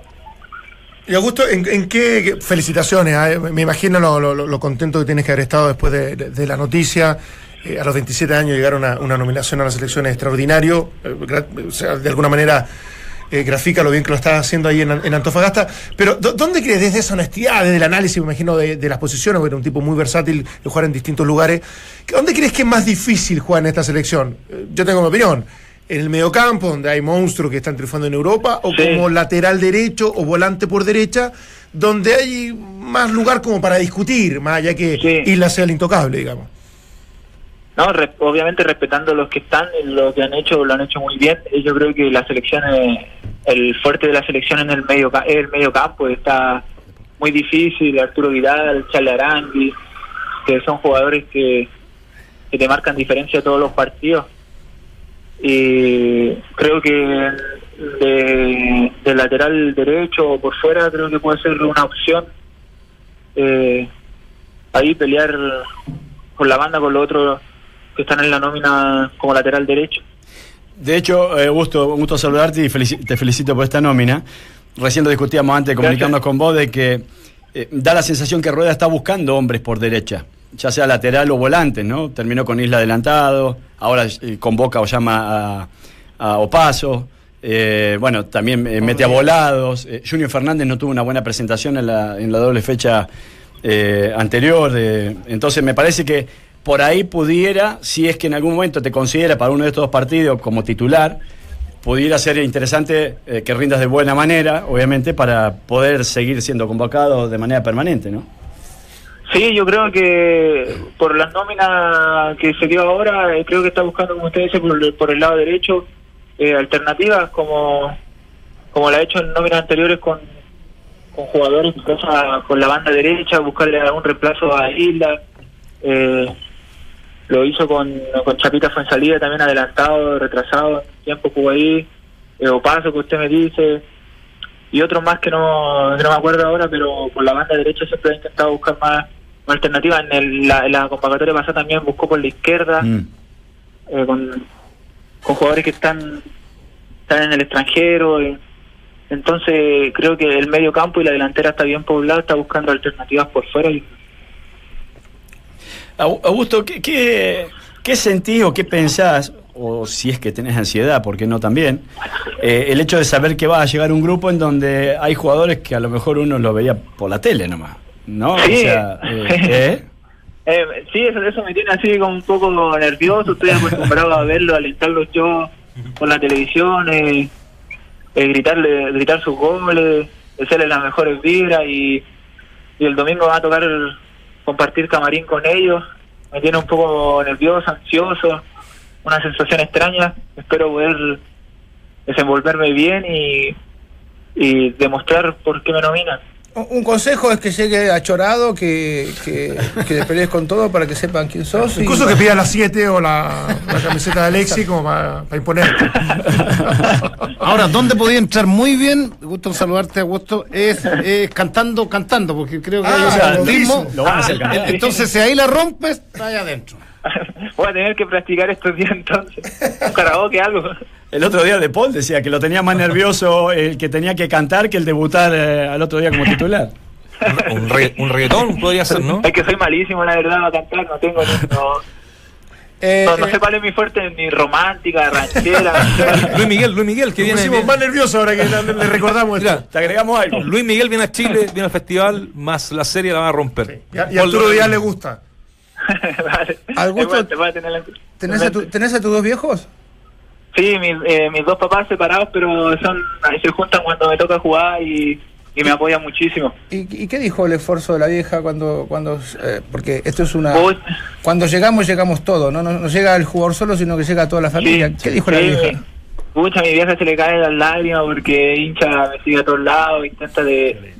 Y Augusto, ¿en, en qué qué- felicitaciones? ah, eh, Me imagino lo, lo- lo contento que tienes que haber estado después de, de- de la noticia. Eh, a los 27 años llegar a una, una nominación a las elecciones extraordinario. Eh, gra- o sea, de alguna manera eh, grafica lo bien que lo estás haciendo ahí en, An- en Antofagasta. Pero ¿dó- ¿dónde crees desde esa honestidad, desde el análisis, me imagino, de, de las posiciones, porque era un tipo muy versátil de jugar en distintos lugares? ¿que- ¿Dónde crees que es más difícil jugar en esta selección? Eh, yo tengo mi opinión. En el mediocampo, donde hay monstruos que están triunfando en Europa, o Sí. como lateral derecho o volante por derecha, donde hay más lugar como para discutir, más allá que Sí. Isla sea el intocable, digamos. No, re- obviamente respetando los que están, lo que han hecho, lo han hecho muy bien. Eh, Yo creo que la selección, eh, el fuerte de la selección en el medio, ca- es el medio campo está muy difícil. Arturo Vidal, Charles Arangui, que son jugadores que, que te marcan diferencia todos los partidos. Y creo que de, de lateral derecho o por fuera, creo que puede ser una opción. Eh, ahí pelear por la banda con los otros que están en la nómina como lateral derecho. De hecho, eh, gusto, un gusto saludarte y felici- te felicito por esta nómina. Recién lo discutíamos antes, comunicándonos con vos, de que eh, da la sensación que Rueda está buscando hombres por derecha, ya sea lateral o volante, ¿no? Terminó con Isla adelantado, ahora eh, convoca o llama a, a Opaso. eh, bueno, también eh, mete a volados. eh, Junior Fernández no tuvo una buena presentación en la, en la doble fecha eh, anterior. eh, entonces me parece que por ahí pudiera, si es que en algún momento te considera para uno de estos dos partidos como titular, pudiera ser interesante eh, que rindas de buena manera, obviamente, para poder seguir siendo convocado de manera permanente, ¿no? Sí, yo creo que por las nóminas que se dio ahora, eh, creo que está buscando, como usted dice, por, el- por el lado derecho eh, alternativas como, como la ha hecho en nóminas anteriores con, con jugadores que pasan con la banda derecha, buscarle algún reemplazo a Isla. Eh, lo hizo con, con Chapita Fuensalida también adelantado, retrasado, en tiempo jugó ahí, eh, Opaso que usted me dice, y otros más que no, que no me acuerdo ahora, pero por la banda derecha siempre ha intentado buscar más, más alternativas. En, el- la, en la convocatoria pasada también buscó por la Ah. izquierda, Mm. eh, con, con jugadores que están, están en el extranjero. eh. Entonces creo que el medio campo y la delantera está bien poblada, está buscando alternativas por fuera y Au- Augusto, ¿qué, qué, qué sentís o qué pensás, o si es que tenés ansiedad, porque no también, eh, el hecho de saber que va a llegar un grupo en donde hay jugadores que a lo mejor uno lo veía por la tele nomás, ¿no? Sí. O sea, eh, ¿eh? Eh, sí, eso, eso me tiene así como un poco nervioso. Estoy acostumbrado a verlo, a alentarlo yo por la televisión, eh, eh, gritarle, gritar sus goles, hacerle las mejores vibras y, y el domingo va a tocar compartir camarín con ellos. Me tiene un poco nervioso, ansioso, una sensación extraña. Espero poder desenvolverme bien y, y demostrar por qué me nominan. Un un consejo es que llegue achorado, que, que, que le pelees con todo para que sepan quién sos. y- Incluso que pida las 7 o la, la camiseta de Alexi como para, para imponer. Ahora, ¿dónde podía entrar muy bien? Gusto en saludarte, Augusto. Es eh, cantando, cantando, porque creo que *laughs* Ah, hay un lo Ah, ritmo. Lo van a hacer campeón. Entonces, si ahí la rompes, está ahí adentro. *laughs* Voy a tener que practicar estos días entonces. Un karaoke, algo. El otro día De Paul decía que lo tenía más nervioso el que tenía que cantar que el debutar eh, al otro día como titular. Un, re- un reggaetón podría ser, ¿no? Es que soy malísimo, la verdad, para cantar, no tengo ni- no, Eh, no, no eh, sé cuál es mi fuerte, ni romántica, *laughs* ranchera. *laughs* *laughs* Luis Miguel, Luis Miguel, que Nos viene. pusimos viene- más nerviosos ahora que le le recordamos esto. Mira, Te agregamos algo. Luis Miguel viene a Chile, viene al festival, más la serie la van a romper. Y a, y a Arturo Díaz le gusta. vale. Al gusto- Igual te voy a tener en- ¿tenés, a tu- ¿Tenés a tus dos viejos? Sí, mis, eh, mis dos papás separados, pero son se juntan cuando me toca jugar y, y me apoyan muchísimo. ¿Y, y qué dijo el esfuerzo de la vieja cuando, cuando eh, porque esto es una, Uy. cuando llegamos llegamos todo, ¿no? no, no llega el jugador solo, sino que llega toda la familia. Sí, ¿Qué dijo la sí, vieja? mi- pucha, a mi vieja se le caen las lágrimas porque hincha me sigue a todos lados, intenta de,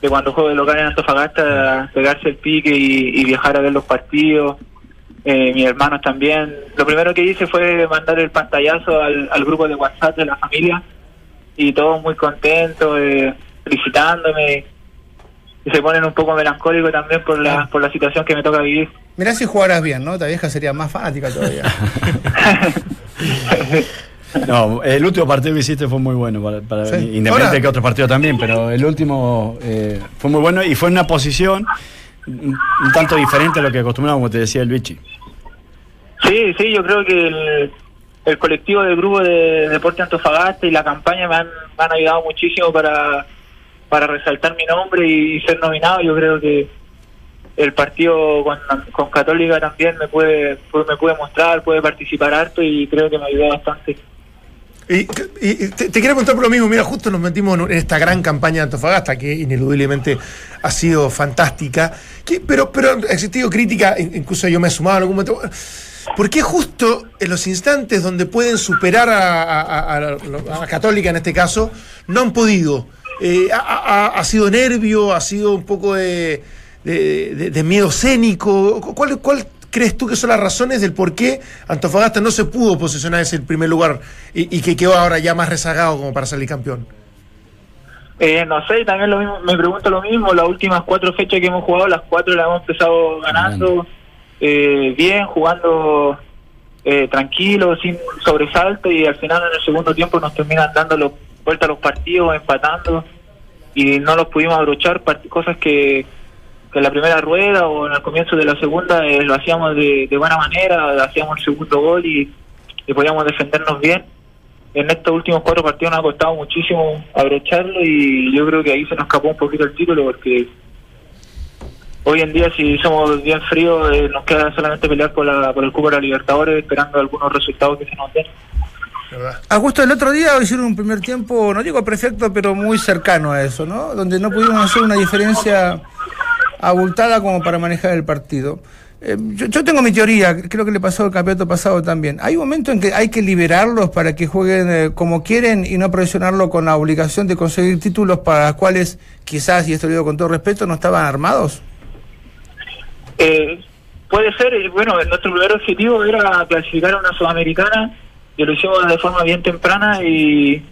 de cuando juego de local en Antofagasta pegarse el pique y, y viajar a ver los partidos. Eh, mis hermanos también. Lo primero que hice fue mandar el pantallazo al, al grupo de WhatsApp de la familia y todos muy contentos, eh, felicitándome y se ponen un poco melancólicos también por Ah. la, por la situación que me toca vivir. *laughs* Mirá si jugaras bien, ¿no? La vieja sería más fanática todavía. No, el último partido que hiciste fue muy bueno, para, para- Sí. independiente Ahora- de que otros partidos también, pero el último eh, fue muy bueno y fue en una posición un un tanto diferente a lo que acostumbramos, como te decía el Vichy. Sí, sí, yo creo que el, el colectivo del grupo de Deporte Antofagasta y la campaña me han, me han ayudado muchísimo para, para resaltar mi nombre y, ser nominado. Yo creo que el partido con, con Católica también me puede, pu- me puede mostrar, puede participar harto y creo que me ayudó bastante. Y, y- y te, te quiero contar por lo mismo, mira, justo nos metimos en, un- en esta gran campaña de Antofagasta, que ineludiblemente ha sido fantástica, que- pero, pero ha existido crítica, in- incluso yo me he sumado en algún momento. ¿Por qué justo en los instantes donde pueden superar a, a- a- a- a Católica en este caso, no han podido? Eh, ha- ha, ha- ha sido nervio, ha sido un poco de, de- de- de miedo escénico. ¿Cuál, ¿Cuál crees tú que son las razones del por qué Antofagasta no se pudo posicionar en ese primer lugar y, y que quedó ahora ya más rezagado como para salir campeón? Eh, no sé, también lo mismo, me pregunto lo mismo, las últimas cuatro fechas que hemos jugado, las cuatro las hemos empezado ganando eh, bien, jugando eh, tranquilo, sin sobresalto y al final en el segundo tiempo nos terminan dando los, vuelta a los partidos, empatando y no los pudimos abrochar, part- cosas que, que en la primera rueda o en el comienzo de la segunda eh, lo hacíamos de, de buena manera, hacíamos el segundo gol y, y podíamos defendernos bien en estos últimos cuatro partidos nos ha costado muchísimo abrocharlo y yo creo que ahí se nos escapó un poquito el título porque hoy en día si somos bien fríos eh, nos queda solamente pelear por, la, por el cupo de la Libertadores esperando algunos resultados que se nos den. Augusto, el otro día hicieron un primer tiempo, no digo perfecto, pero muy cercano a eso, ¿no? Donde no pudimos hacer una diferencia abultada como para manejar el partido. Eh, yo, yo tengo mi teoría, creo que le pasó al campeonato pasado también. Hay un momento en que hay que liberarlos para que jueguen eh, como quieren y no presionarlo con la obligación de conseguir títulos para los cuales quizás, y esto lo digo con todo respeto, no estaban armados. Eh, puede ser, eh, bueno, nuestro primer objetivo era clasificar a una sudamericana y lo hicimos de forma bien temprana y,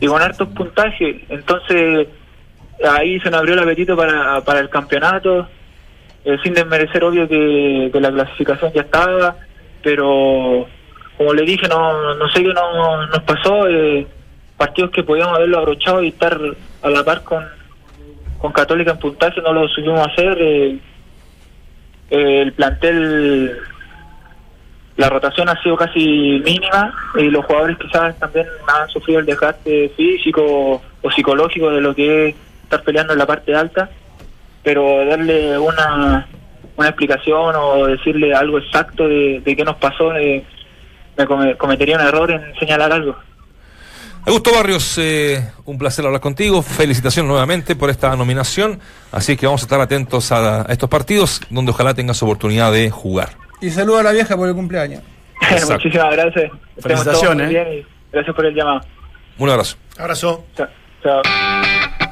y con hartos puntajes. Entonces ahí se nos abrió el apetito para, para el campeonato, eh, sin desmerecer obvio que, que la clasificación ya estaba, pero como le dije, no, no sé qué no, nos pasó, eh, partidos que podíamos haberlo abrochado y estar a la par con, con Católica en puntaje, no lo supimos hacer. eh, el plantel, la rotación ha sido casi mínima y los jugadores quizás también han sufrido el desgaste físico o psicológico de lo que es estar peleando en la parte alta, pero darle una, una explicación o decirle algo exacto de, de qué nos pasó, eh, me come- cometería un error en señalar algo. *laughs* Augusto Barrios, eh, un placer hablar contigo. Felicitaciones nuevamente por esta nominación. Así que vamos a estar atentos a, a estos partidos donde ojalá tengas oportunidad de jugar. Y saludo a la vieja por el cumpleaños. Exacto. Muchísimas gracias. Estemos todos muy Felicitaciones. bien y gracias por el llamado. Un abrazo. Abrazo. Chao. Chao.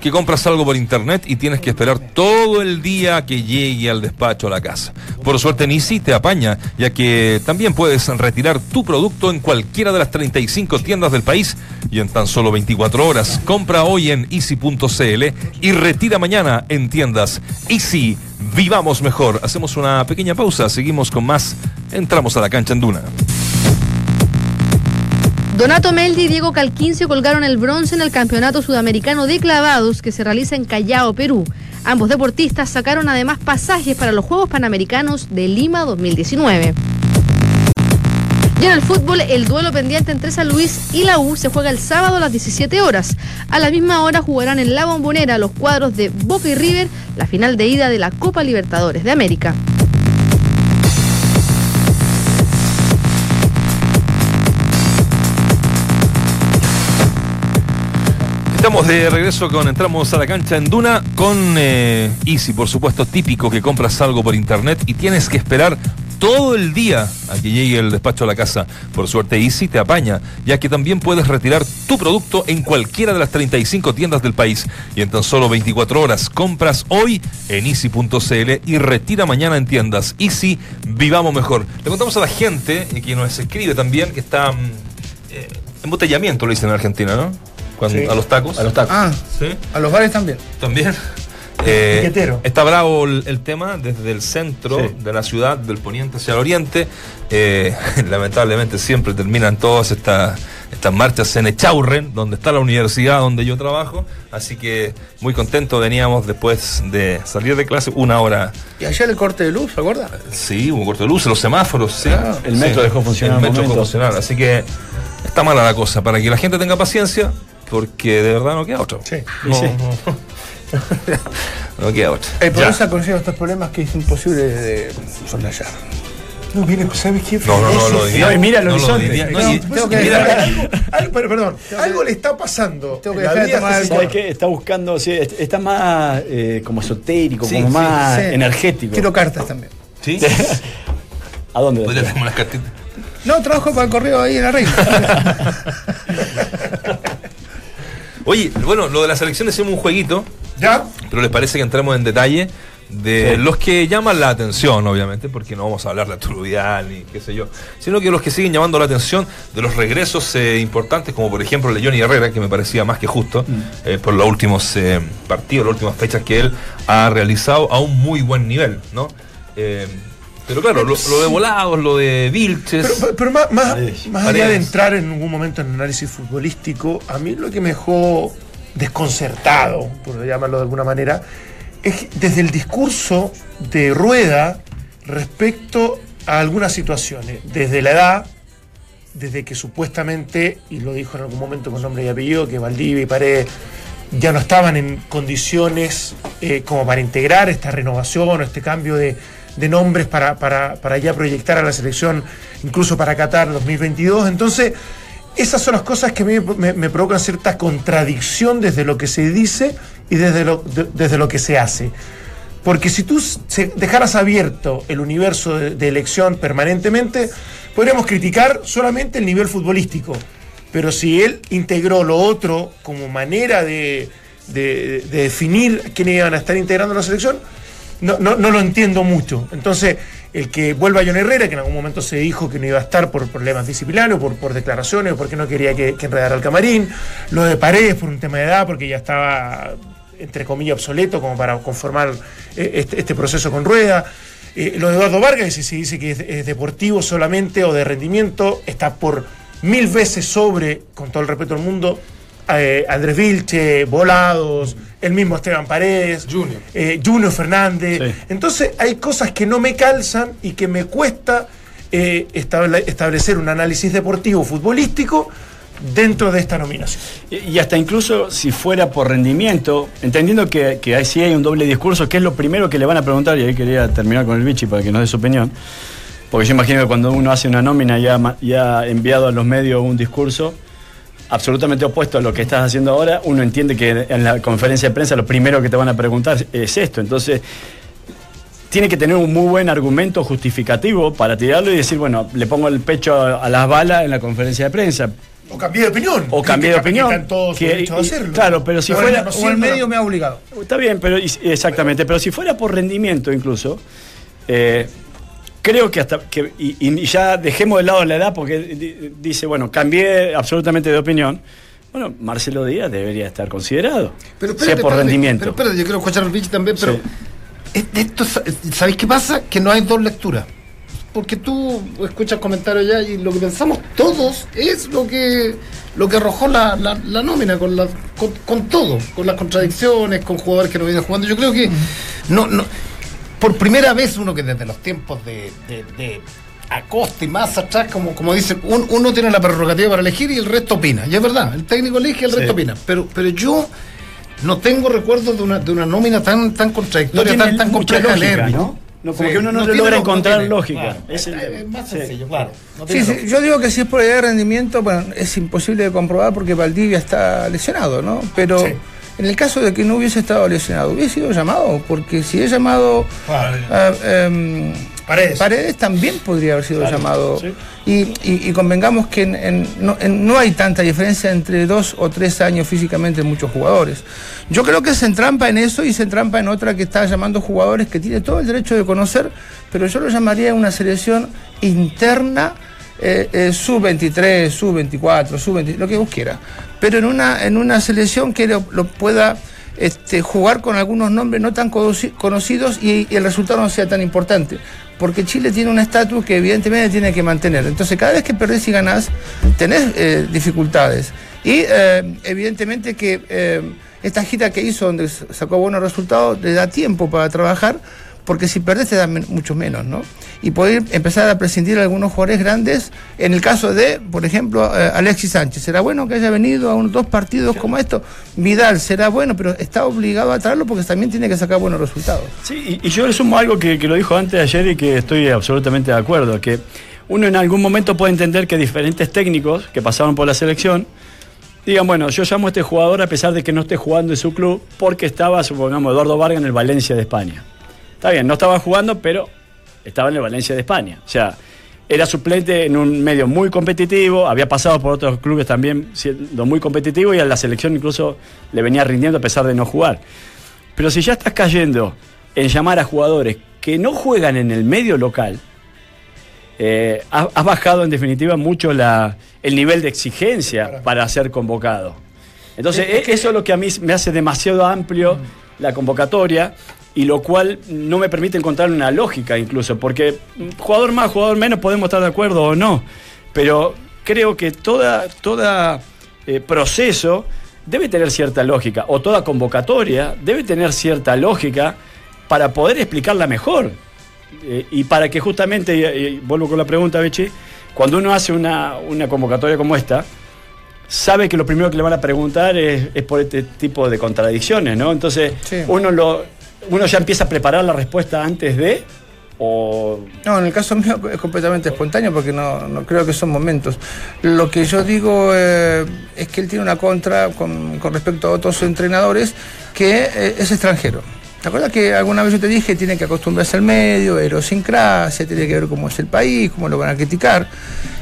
que compras algo por internet y tienes que esperar todo el día que llegue al despacho a la casa. Por suerte en Easy te apaña, ya que también puedes retirar tu producto en cualquiera de las 35 tiendas del país y en tan solo 24 horas. Compra hoy en easy.cl y retira mañana en tiendas Easy. Vivamos mejor. Hacemos una pequeña pausa, seguimos con más. Entramos a la cancha en Duna. Donato Meldi y Diego Calquincio colgaron el bronce en el Campeonato Sudamericano de Clavados que se realiza en Callao, Perú. Ambos deportistas sacaron además pasajes para los Juegos Panamericanos de Lima 2019. Y en el fútbol, el duelo pendiente entre San Luis y la U se juega el sábado a las 17 horas. A la misma hora jugarán en La Bombonera los cuadros de Boca y River, la final de ida de la Copa Libertadores de América. Estamos de regreso con Entramos a la cancha en Duna con eh, Easy, por supuesto, típico que compras algo por internet y tienes que esperar todo el día a que llegue el despacho a la casa. Por suerte, Easy te apaña, ya que también puedes retirar tu producto en cualquiera de las 35 tiendas del país. Y en tan solo 24 horas, compras hoy en easy.cl y retira mañana en tiendas. Easy, vivamos mejor. Le contamos a la gente eh, que nos escribe también que está mm, eh, embotellamiento, lo dicen en Argentina, ¿no? cuando- Sí. a los tacos. A los tacos. Ah, Sí, a los bares también. también. Eh, Piquetero. está bravo el, el tema desde el centro Sí. de la ciudad, del poniente hacia el oriente. Eh, *laughs* lamentablemente siempre terminan todas estas estas marchas en Echaurren, donde está la universidad donde yo trabajo. Así que muy contento veníamos después de salir de clase una hora. Y ayer el corte de luz, ¿se acuerda? Sí, hubo corte de luz, los semáforos, sí. Ah, el metro Sí, dejó funcionar un El metro dejó momento. funcionar, así que está mala la cosa. Para que la gente tenga paciencia, porque de verdad no queda otra. Sí. No, Sí. no, no queda otra. El Ya. pobreza conlleva estos problemas que es imposible de soslayar. No, mire, ¿sabes qué? No, no, no, Eso lo es- diría. No, y mira el lo horizonte. diría, no, No, pues y- tengo que y dejar- mira- Algo, algo- pero, perdón, algo le está pasando. Tengo que en la dejar de vida tomar a este ¿Sabes alcohol. señor. qué? Está buscando, sí, est- está más eh, como esotérico, Sí, como sí, más sí. energético. Tiro cartas también. ¿Sí? ¿A dónde? Podría tener unas cartitas. No, trabajo para el correo ahí en la red. *laughs* Oye, bueno, lo de la selección hicimos un jueguito, ¿Ya? pero les parece que entramos en detalle de Sí. los que llaman la atención, obviamente, porque no vamos a hablar de Arturo Vidal ni qué sé yo, sino que los que siguen llamando la atención de los regresos eh, importantes, como por ejemplo el de Johnny Herrera, que me parecía más que justo, eh, por los últimos eh, partidos, las últimas fechas que él ha realizado a un muy buen nivel, ¿no? Eh, pero claro, lo, lo de Volados, lo de Vilches... Pero, pero- pero más, más- Paredes. más allá de Paredes. entrar en algún momento en análisis futbolístico, a mí lo que me dejó desconcertado, por llamarlo de alguna manera, es que desde el discurso de Rueda respecto a algunas situaciones, desde la edad, desde que supuestamente, y lo dijo en algún momento con nombre y apellido, que Valdivia y Paredes ya no estaban en condiciones eh, como para integrar esta renovación o este cambio de, de nombres para, para, para ya proyectar a la selección, incluso para Qatar 2022. Entonces, esas son las cosas que a mí me, me provocan cierta contradicción desde lo que se dice y desde lo, de- desde lo que se hace. Porque si tú se- dejaras abierto el universo de, de elección permanentemente, podríamos criticar solamente el nivel futbolístico. Pero si él integró lo otro como manera de, de- de definir quiénes iban a estar integrando la selección, no, no- no lo entiendo mucho. Entonces, el que vuelva John Herrera, que en algún momento se dijo que no iba a estar por problemas disciplinarios, por, por declaraciones, o porque no quería que, que enredara al camarín, lo de Paredes por un tema de edad, porque ya estaba entre comillas, obsoleto como para conformar eh, este, este proceso con rueda. Eh, lo de Eduardo Vargas, que si se dice que es, es deportivo solamente o de rendimiento, está por mil veces sobre, con todo el respeto del mundo, eh, Andrés Vilche, Volados, el mismo Esteban Paredes, Junior, Junior Fernández. Sí. Entonces hay cosas que no me calzan y que me cuesta eh, estable- establecer un análisis deportivo futbolístico dentro de esta nominación. Y y hasta incluso si fuera por rendimiento, entendiendo que, que ahí sí hay un doble discurso, que es lo primero que le van a preguntar, y ahí quería terminar con el bichi para que nos dé su opinión, porque yo imagino que cuando uno hace una nómina y ha, ma- y ha enviado a los medios un discurso absolutamente opuesto a lo que estás haciendo ahora, uno entiende que en la conferencia de prensa lo primero que te van a preguntar es esto, entonces tiene que tener un muy buen argumento justificativo para tirarlo y decir, bueno, le pongo el pecho a- a las balas en la conferencia de prensa, O cambié de opinión. O cambié de Que- que opinión. Están todos Que- derechos a y- hacerlo. claro, pero si Ahora fuera- no o el siento la- medio me ha obligado. Está bien, pero y- exactamente. Pero si fuera por rendimiento incluso, eh, creo que hasta que y, y ya dejemos de lado la edad porque di- dice bueno cambié absolutamente de opinión. Bueno, Marcelo Díaz debería estar considerado. Pero sea espérate, por espérate, rendimiento. Pero espérate, yo quiero escuchar al bicho también, pero Sí. es- de esto, sa- ¿sabéis qué pasa? Que no hay dos lecturas. Porque tú escuchas comentarios ya y lo que pensamos todos es lo que lo que arrojó la, la- la nómina con, la, con, con todo, con las contradicciones, con jugadores que no vienen jugando. Yo creo que no, no por primera vez uno que desde los tiempos de, de- de Acosta y más atrás, como, como dicen, un- uno tiene la prerrogativa para elegir y el resto opina. Y es verdad, el técnico elige y el resto opina. Pero, pero yo no tengo recuerdos de una, de una nómina tan, tan no contradictoria, tiene tan, tan mucha compleja de lógica, leer. ¿no? No, como Sí, que uno no, no le tiene logra lo- no encontrar tiene. lógica. Claro, Es el- es más sí. sencillo, claro. No Sí, tiene sí, lógica. yo digo que si es por edad de rendimiento, bueno, es imposible de comprobar porque Valdivia está lesionado, ¿no? Pero Sí. en el caso de que no hubiese estado lesionado, hubiese sido llamado, porque si es llamado Vale. ah, em, Paredes. Paredes también podría haber sido llamado. sí. Y, y- y convengamos que en- en- no, en- no hay tanta diferencia entre dos o tres años físicamente en muchos jugadores. Yo creo que se entrampa en eso y se entrampa en otra que está llamando jugadores que tiene todo el derecho de conocer, pero yo lo llamaría una selección interna eh, eh, sub-23, sub-24, sub-20, lo que vos quieras. Pero en una, en una selección que lo, lo pueda este, jugar con algunos nombres no tan conoci- conocidos y, y el resultado no sea tan importante. Porque Chile tiene un estatus que evidentemente tiene que mantener. Entonces cada vez que perdés y ganás, tenés eh, dificultades. Y eh, evidentemente que eh, esta gira que hizo, donde s- sacó buenos resultados, le da tiempo para trabajar, porque si perdés te da men- mucho menos, ¿no? Y poder empezar a prescindir de algunos jugadores grandes, en el caso de, por ejemplo, eh, Alexis Sánchez. Será bueno que haya venido a unos dos partidos como estos. Vidal será bueno, pero está obligado a traerlo porque también tiene que sacar buenos resultados. Sí, y, y yo le sumo algo que, que lo dijo antes ayer y que estoy absolutamente de acuerdo, que uno en algún momento puede entender que diferentes técnicos que pasaron por la selección digan, bueno, yo llamo a este jugador a pesar de que no esté jugando en su club porque estaba, supongamos, Eduardo Vargas en el Valencia de España. Está bien, no estaba jugando, pero estaba en el Valencia de España. O sea, era suplente en un medio muy competitivo, había pasado por otros clubes también siendo muy competitivo y a la selección incluso le venía rindiendo a pesar de no jugar. Pero si ya estás cayendo en llamar a jugadores que no juegan en el medio local, eh, has, has bajado en definitiva mucho la, el nivel de exigencia para ser convocado. Entonces, e- eso es lo que Mm. a mí me hace demasiado amplio la convocatoria y lo cual no me permite encontrar una lógica incluso, porque mm, jugador más, jugador menos, podemos estar de acuerdo o no, pero creo que toda, toda eh, proceso debe tener cierta lógica, o toda convocatoria debe tener cierta lógica para poder explicarla mejor. Eh, y para que justamente, y- y vuelvo con la pregunta, Bechi, cuando uno hace una, una convocatoria como esta, sabe que lo primero que le van a preguntar es, es por este tipo de contradicciones, ¿no? Entonces, Sí. uno, lo, uno ya empieza a preparar la respuesta antes de, o No, en el caso mío es completamente espontáneo porque no, no creo que son momentos. Lo que yo digo eh, es que él tiene una contra con, con respecto a otros entrenadores que eh, es extranjero. ¿Te acuerdas que alguna vez yo te dije tiene que acostumbrarse al medio, idiosincrasia, tiene que ver cómo es el país, cómo lo van a criticar?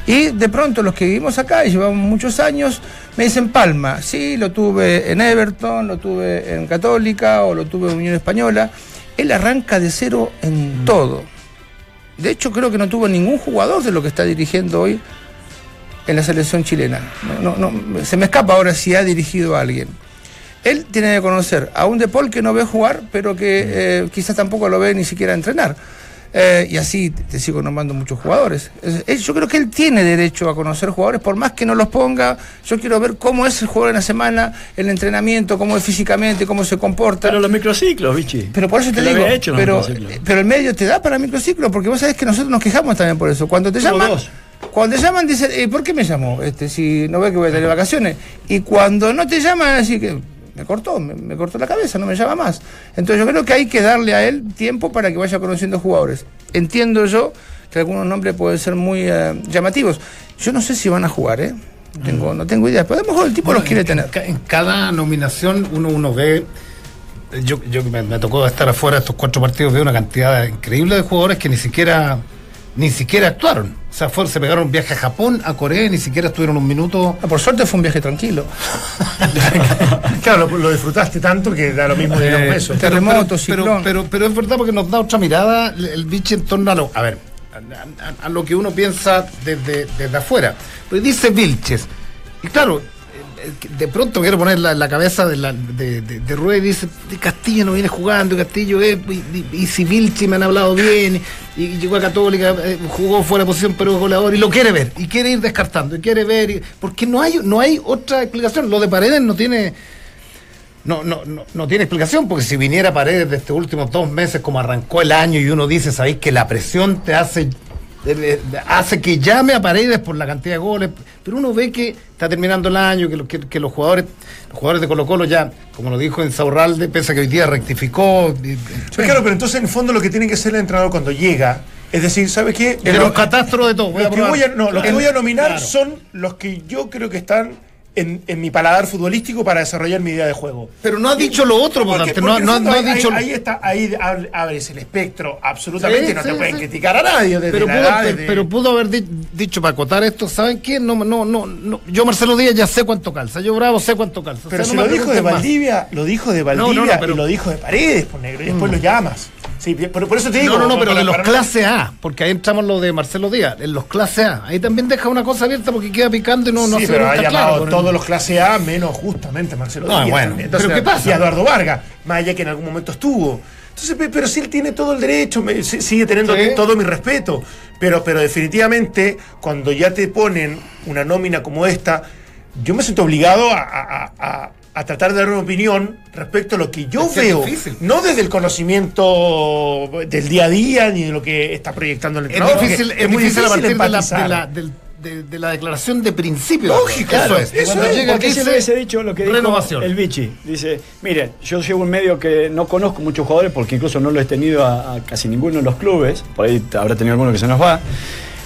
Y de pronto los que vivimos acá y llevamos muchos años me dicen Palma, sí, lo tuve en Everton, lo tuve en Católica o lo tuve en Unión Española. Él arranca de cero en todo. De hecho, creo que no tuvo ningún jugador de lo que está dirigiendo hoy en la selección chilena. No, no, no, se me escapa ahora si ha dirigido a alguien. Él tiene que conocer a un De Paul que no ve jugar, pero que eh, quizás tampoco lo ve ni siquiera entrenar. Eh, y así te te sigo nombrando muchos jugadores. Es- es- yo creo que él tiene derecho a conocer jugadores, por más que no los ponga. Yo quiero ver cómo es el jugador en la semana, el entrenamiento, cómo es físicamente, cómo se comporta. pero los microciclos, Vichy. Pero por eso Que te lo digo, había hecho en los pero, microciclos. pero el medio te da para microciclo, porque vos sabés que nosotros nos quejamos también por eso. Cuando te Somos llaman, dos. cuando te llaman dicen, "Eh, ¿por qué me llamó? Este, si no ve que voy a tener vacaciones. Y cuando no te llaman, así que me cortó, me, me cortó la cabeza, no me llama más. Entonces yo creo que hay que darle a él tiempo para que vaya conociendo jugadores. Entiendo yo que algunos nombres pueden ser muy eh, llamativos. Yo no sé si van a jugar, ¿eh? No Ah. Tengo, no tengo idea, pero a lo mejor el tipo los quiere en, tener. ca- en cada nominación uno, uno ve. eh, Yo, yo que me, me tocó estar afuera de estos cuatro partidos, veo una cantidad increíble de jugadores que ni siquiera ni siquiera actuaron. O sea, fueron, se pegaron un viaje a Japón, a Corea y ni siquiera estuvieron un minuto. Ah, Por suerte fue un *laughs* viaje tranquilo. Claro, lo, lo disfrutaste tanto que da lo mismo que Eh, un peso. te- terremoto, pero, ciclón. pero, pero es verdad porque nos da otra mirada el, el bicho en torno a lo, a ver, a, a- a lo que uno piensa desde, desde afuera. Pues dice Vilches, y claro, eh, eh, de pronto quiero poner la, la cabeza de, la, de, de- de Rueda y dice, Castillo no viene jugando, Castillo es, y, y- y si Vilches me han hablado bien, y, y llegó a Católica, eh, jugó fuera de posición, pero es goleador, y lo quiere ver, y quiere ir descartando, y quiere ver, y- porque no hay, no hay otra explicación, lo de Paredes no tiene... No, no, no, no tiene explicación, porque si viniera Paredes de estos últimos dos meses, como arrancó el año, y uno dice, sabéis que la presión te hace eh, hace que llame a Paredes por la cantidad de goles, pero uno ve que está terminando el año, que, los- que- que los jugadores los jugadores de Colo Colo ya, como lo dijo en Saurralde, pese a que hoy día rectificó, y- y- Pero claro, pero entonces en el fondo lo que tiene que hacer el entrenador cuando llega es decir, ¿sabes qué? de Lo- los catastros de todo. voy a Los que probar. voy a, no, los que En- voy a nominar claro. son los que yo creo que están en, en mi paladar futbolístico para desarrollar mi idea de juego. Pero no ha dicho lo otro, por Porque- tanto, no, porque en no- el fondo no ha ahí- dicho... ahí, ahí está, ahí ab- abres el espectro, absolutamente, Sí, no sí, te pueden sí. criticar a nadie. Desde pero la pudo, edad, pero, desde- pero pudo haber di- dicho para acotar esto, ¿saben qué? No, no, no, no. Yo Marcelo Díaz ya sé cuánto calza, yo Bravo sé cuánto calza. o Pero sea, si no lo me dijo de pregunten más. Valdivia, lo dijo de no, Valdivia pero- Mm. y lo dijo de Paredes, por negro, y después lo llamas. Sí, por, por eso te digo. No, no, no, pero para- de los para no- clase A, porque ahí entramos lo de Marcelo Díaz, en los clase A. Ahí también deja una cosa abierta porque queda picando y no, no sí, se pero nunca ha llamado con el- todos los clase A menos justamente Marcelo Ah, Díaz bueno. también. Pero ¿qué pasa? Y Eduardo Vargas, más allá que en algún momento estuvo. Entonces, pe- pero sí él tiene todo el derecho, me- sí- sigue teniendo Sí. todo mi respeto. Pero, pero definitivamente, cuando ya te ponen una nómina como esta, yo me siento obligado a, a- a- a- a tratar de dar una opinión respecto a lo que yo Es que es veo. difícil. No desde el conocimiento del día a día, ni de lo que está proyectando el Es entrenador, difícil, porque es muy difícil a partir de la, empatizar. de la- del- de- de la declaración de principio. Lógico, Claro, eso es, eso cuando es, llega Porque si dice, le hubiese dicho lo que dijo renovación. el Vichy. Dice, mire, yo llevo un medio que no conozco muchos jugadores porque incluso no lo he tenido a, a casi ninguno de los clubes. Por ahí habrá tenido alguno que se nos va.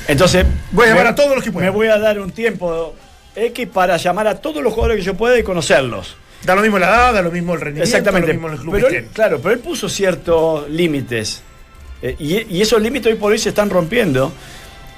Entonces, Voy a llamar me- a todos los que pueda. Me voy a dar un tiempo X para llamar a todos los jugadores que yo pueda y conocerlos. Da lo mismo la edad, da lo mismo el rendimiento, da Exactamente. lo mismo el club este. Pero que él, esté. claro, pero él puso ciertos límites. Eh, y, y esos límites hoy por hoy se están rompiendo.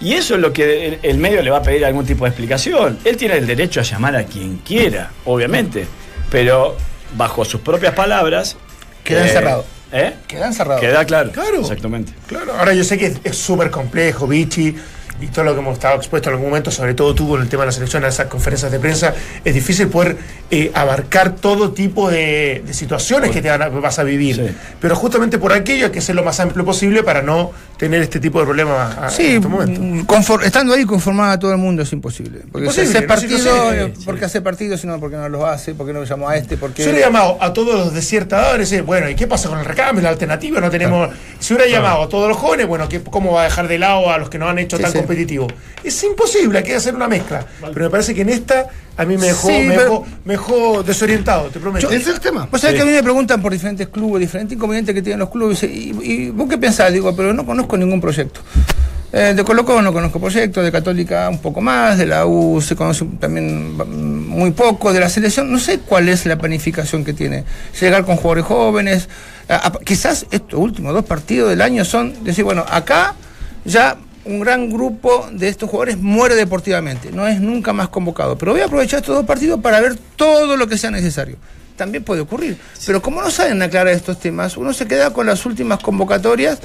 Y eso es lo que el, el medio le va a pedir algún tipo de explicación. Él tiene el derecho a llamar a quien quiera, obviamente. Pero bajo sus propias palabras. Queda encerrado. ¿eh? Queda encerrado. Queda claro. Claro. Exactamente. Claro, ahora yo sé que es- es súper complejo, Vichy, y todo lo que hemos estado expuesto en algún momento, sobre todo tú con el tema de la selección, a esas conferencias de prensa, es difícil poder eh, abarcar todo tipo de, de situaciones que te van a- vas a vivir. Sí. Pero justamente por aquello hay que ser lo más amplio posible para no tener este tipo de problemas a- en Sí, mm, este momento. confor- estando ahí conformada a todo el mundo es imposible. Porque Imposible, si hace no, partido, sí, no sé, eh, porque hace partido, sino porque no los hace, porque no lo llamó a este, porque Si hubiera llamado a todos los de cierta edad, decir, bueno, ¿y qué pasa con el recambio? La alternativa, no tenemos. Si hubiera llamado a todos los jóvenes, bueno, ¿qué- ¿cómo va a dejar de lado a los que no han hecho Sí, tan sí. competitivos? Es imposible, hay que hacer una mezcla. Pero me parece que en esta a mí me dejó, Sí, me pero- dejó, me dejó desorientado, te prometo. Es el tema. Vos sabés que a mí me preguntan por diferentes clubes, diferentes inconvenientes que tienen los clubes. ¿Y, y vos qué pensás? Digo, pero no conozco ningún proyecto. Eh, de Colo Colo no conozco proyecto, de Católica un poco más, de la U se conoce también mm, muy poco, de la selección no sé cuál es la planificación que tiene. Llegar con jugadores jóvenes, a- a- quizás estos últimos dos partidos del año son decir, bueno, acá ya un gran grupo de estos jugadores muere deportivamente, no es nunca más convocado. Pero voy a aprovechar estos dos partidos para ver todo lo que sea necesario. También puede ocurrir. Pero como no saben aclarar estos temas, uno se queda con las últimas convocatorias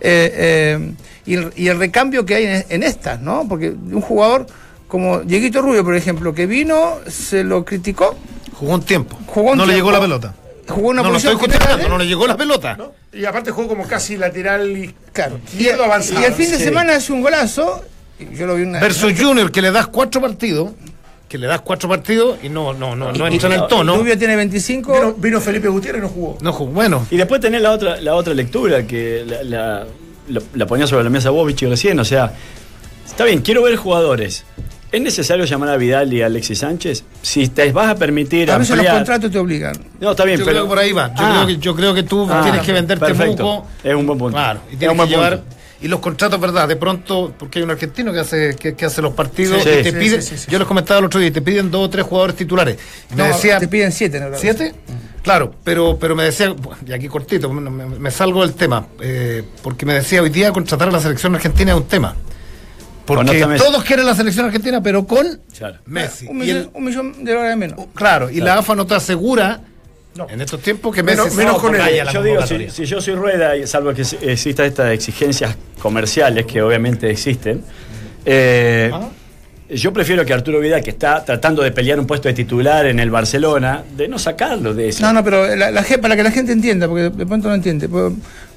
eh, eh, y, el, y el recambio que hay en, en estas, ¿no? Porque un jugador como Dieguito Rubio, por ejemplo, que vino, se lo criticó, Jugó un tiempo. Jugó un no le tiempo. llegó la pelota. jugó una no lo posición estoy que- justificando, no le llegó la pelota. ¿no? Y aparte jugó como casi lateral y Claro. Y, izquierdo avanzado. y el fin de Sí. semana hace un golazo. y Yo lo vi una Versus Junior, que le das cuatro partidos, que le das cuatro partidos y no, no, no, no entra en el tono. Rubio tiene 25. Vino, vino Felipe Gutiérrez y no jugó. No jugó. Bueno, Y después tenés la otra, la otra lectura que la, la- la- la ponía sobre la mesa vos, Vichy, recién. O sea, está bien, quiero ver jugadores. ¿Es necesario llamar a Vidal y a Alexis Sánchez? Si te vas a permitir a veces los ampliar- contratos te obligan. No, está bien, yo pero creo que por ahí va. Yo, Ah, creo, que, yo creo que tú Ah, tienes que venderte perfecto. muco. Es un buen punto. Claro, y Es tienes un buen que llevar. punto. Y los contratos, ¿verdad? De pronto, porque hay un argentino que hace, que, que hace los partidos Sí, y sí, te sí, piden. sí, sí, sí. Yo les comentaba el otro día, y te piden dos o tres jugadores titulares. Y me No, decía, te piden 7. ¿no? ¿Siete? Claro, pero, pero me decía, y aquí cortito, me, me salgo del tema, eh, porque me decía hoy día contratar a la selección argentina es un tema. Con Porque otra Messi. todos quieren la selección argentina, pero con Claro. Messi. Un Y millón, el- un millón de dólares menos. claro, y la AFA no te asegura No. en estos tiempos que Messi Menos- menos con él. vaya a la Yo digo, si, convocatoria. si yo soy rueda, y salvo que ex- exista estas exigencias comerciales que obviamente existen, eh, Ah. yo prefiero que Arturo Vidal, que está tratando de pelear un puesto de titular en el Barcelona, de no sacarlo de eso. No, no, pero la, la gen- para que la gente entienda, porque de, de pronto no entiende. pues,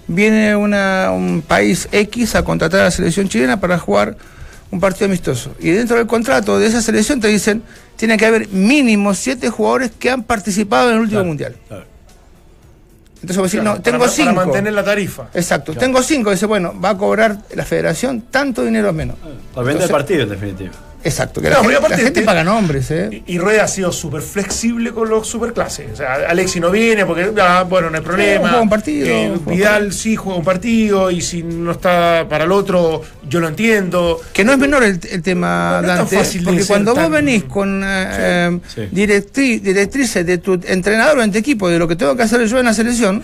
viene una, un país X a contratar a la selección chilena para jugar un partido amistoso. Y dentro del contrato de esa selección te dicen, tiene que haber mínimo siete jugadores que han participado en el último mundial. claro. Entonces vos decís, no, Para- tengo para, cinco. mantener la tarifa. Exacto, tengo cinco. Dice, bueno, va a cobrar la federación tanto dinero o menos. Para vender Entonces- el partido, en definitiva. Exacto, que la, Ah. No, pero gente, aparte la gente te- paga nombres, ¿eh? Y, y Rueda ha sido súper flexible con los superclases. O sea, Alexi no viene porque, ah, bueno, no hay problema. juega un partido, Eh, juega un Vidal sí juega un partido y si no está para el otro, yo lo entiendo. Que no es menor el, el tema, No es tan Dante, fácil de porque ser cuando tan- vos venís con eh, Sí, sí. eh, directri- directrices de tu entrenador o de tu equipo, de lo que tengo que hacer yo en la selección,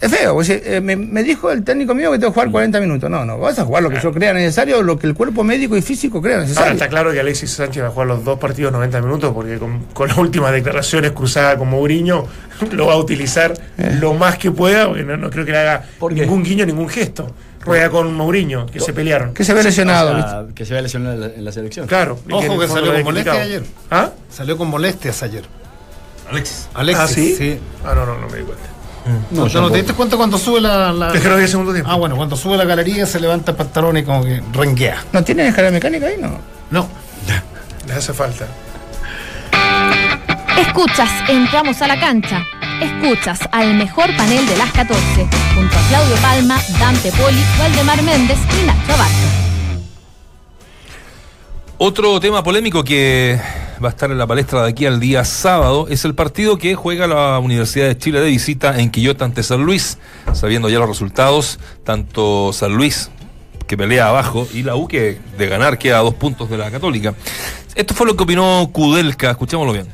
Es feo, pues, eh, me, me dijo el técnico mío que tengo que jugar 40 minutos. No, no, vas a jugar lo que yo crea necesario, lo que el cuerpo médico y físico crea Ahora necesario. está claro que Alexis Sánchez va a jugar los dos partidos 90 minutos porque con, con las últimas declaraciones cruzadas con Mourinho *laughs* lo va a utilizar Eh. lo más que pueda porque no, no creo que le haga ¿Por qué? ningún guiño, ningún gesto. Juega con Mourinho, que se pelearon. Que se ve Ah, lesionado, O ¿viste? sea, Ah, que se vea lesionado en la, en la selección. Claro. y Ojo en el que fondo salió lo con había molestia ayer. criticado. ¿Ah? Salió con molestias ayer. Alexis. Alexis, ¿Ah, sí? sí. Ah, no, no, no me di cuenta. No, yo no te diste cuenta cuando sube la. la- Es que no había segundo tiempo. Ah, bueno, cuando sube la galería se levanta el pantalón y como que renguea. ¿No tiene escalera mecánica ahí? No. *laughs* No. Les hace falta. Escuchas, entramos a la cancha. Escuchas al mejor panel de las 14, junto a Claudio Palma, Dante Poli, Valdemar Méndez y Nacho Abarca. Otro tema polémico que va a estar en la palestra de aquí al día sábado es el partido que juega la Universidad de Chile de visita en Quillota ante San Luis. Sabiendo ya los resultados, tanto San Luis que pelea abajo y la U que de ganar queda a dos puntos de la Católica. Esto fue lo que opinó Kudelka, escuchémoslo bien.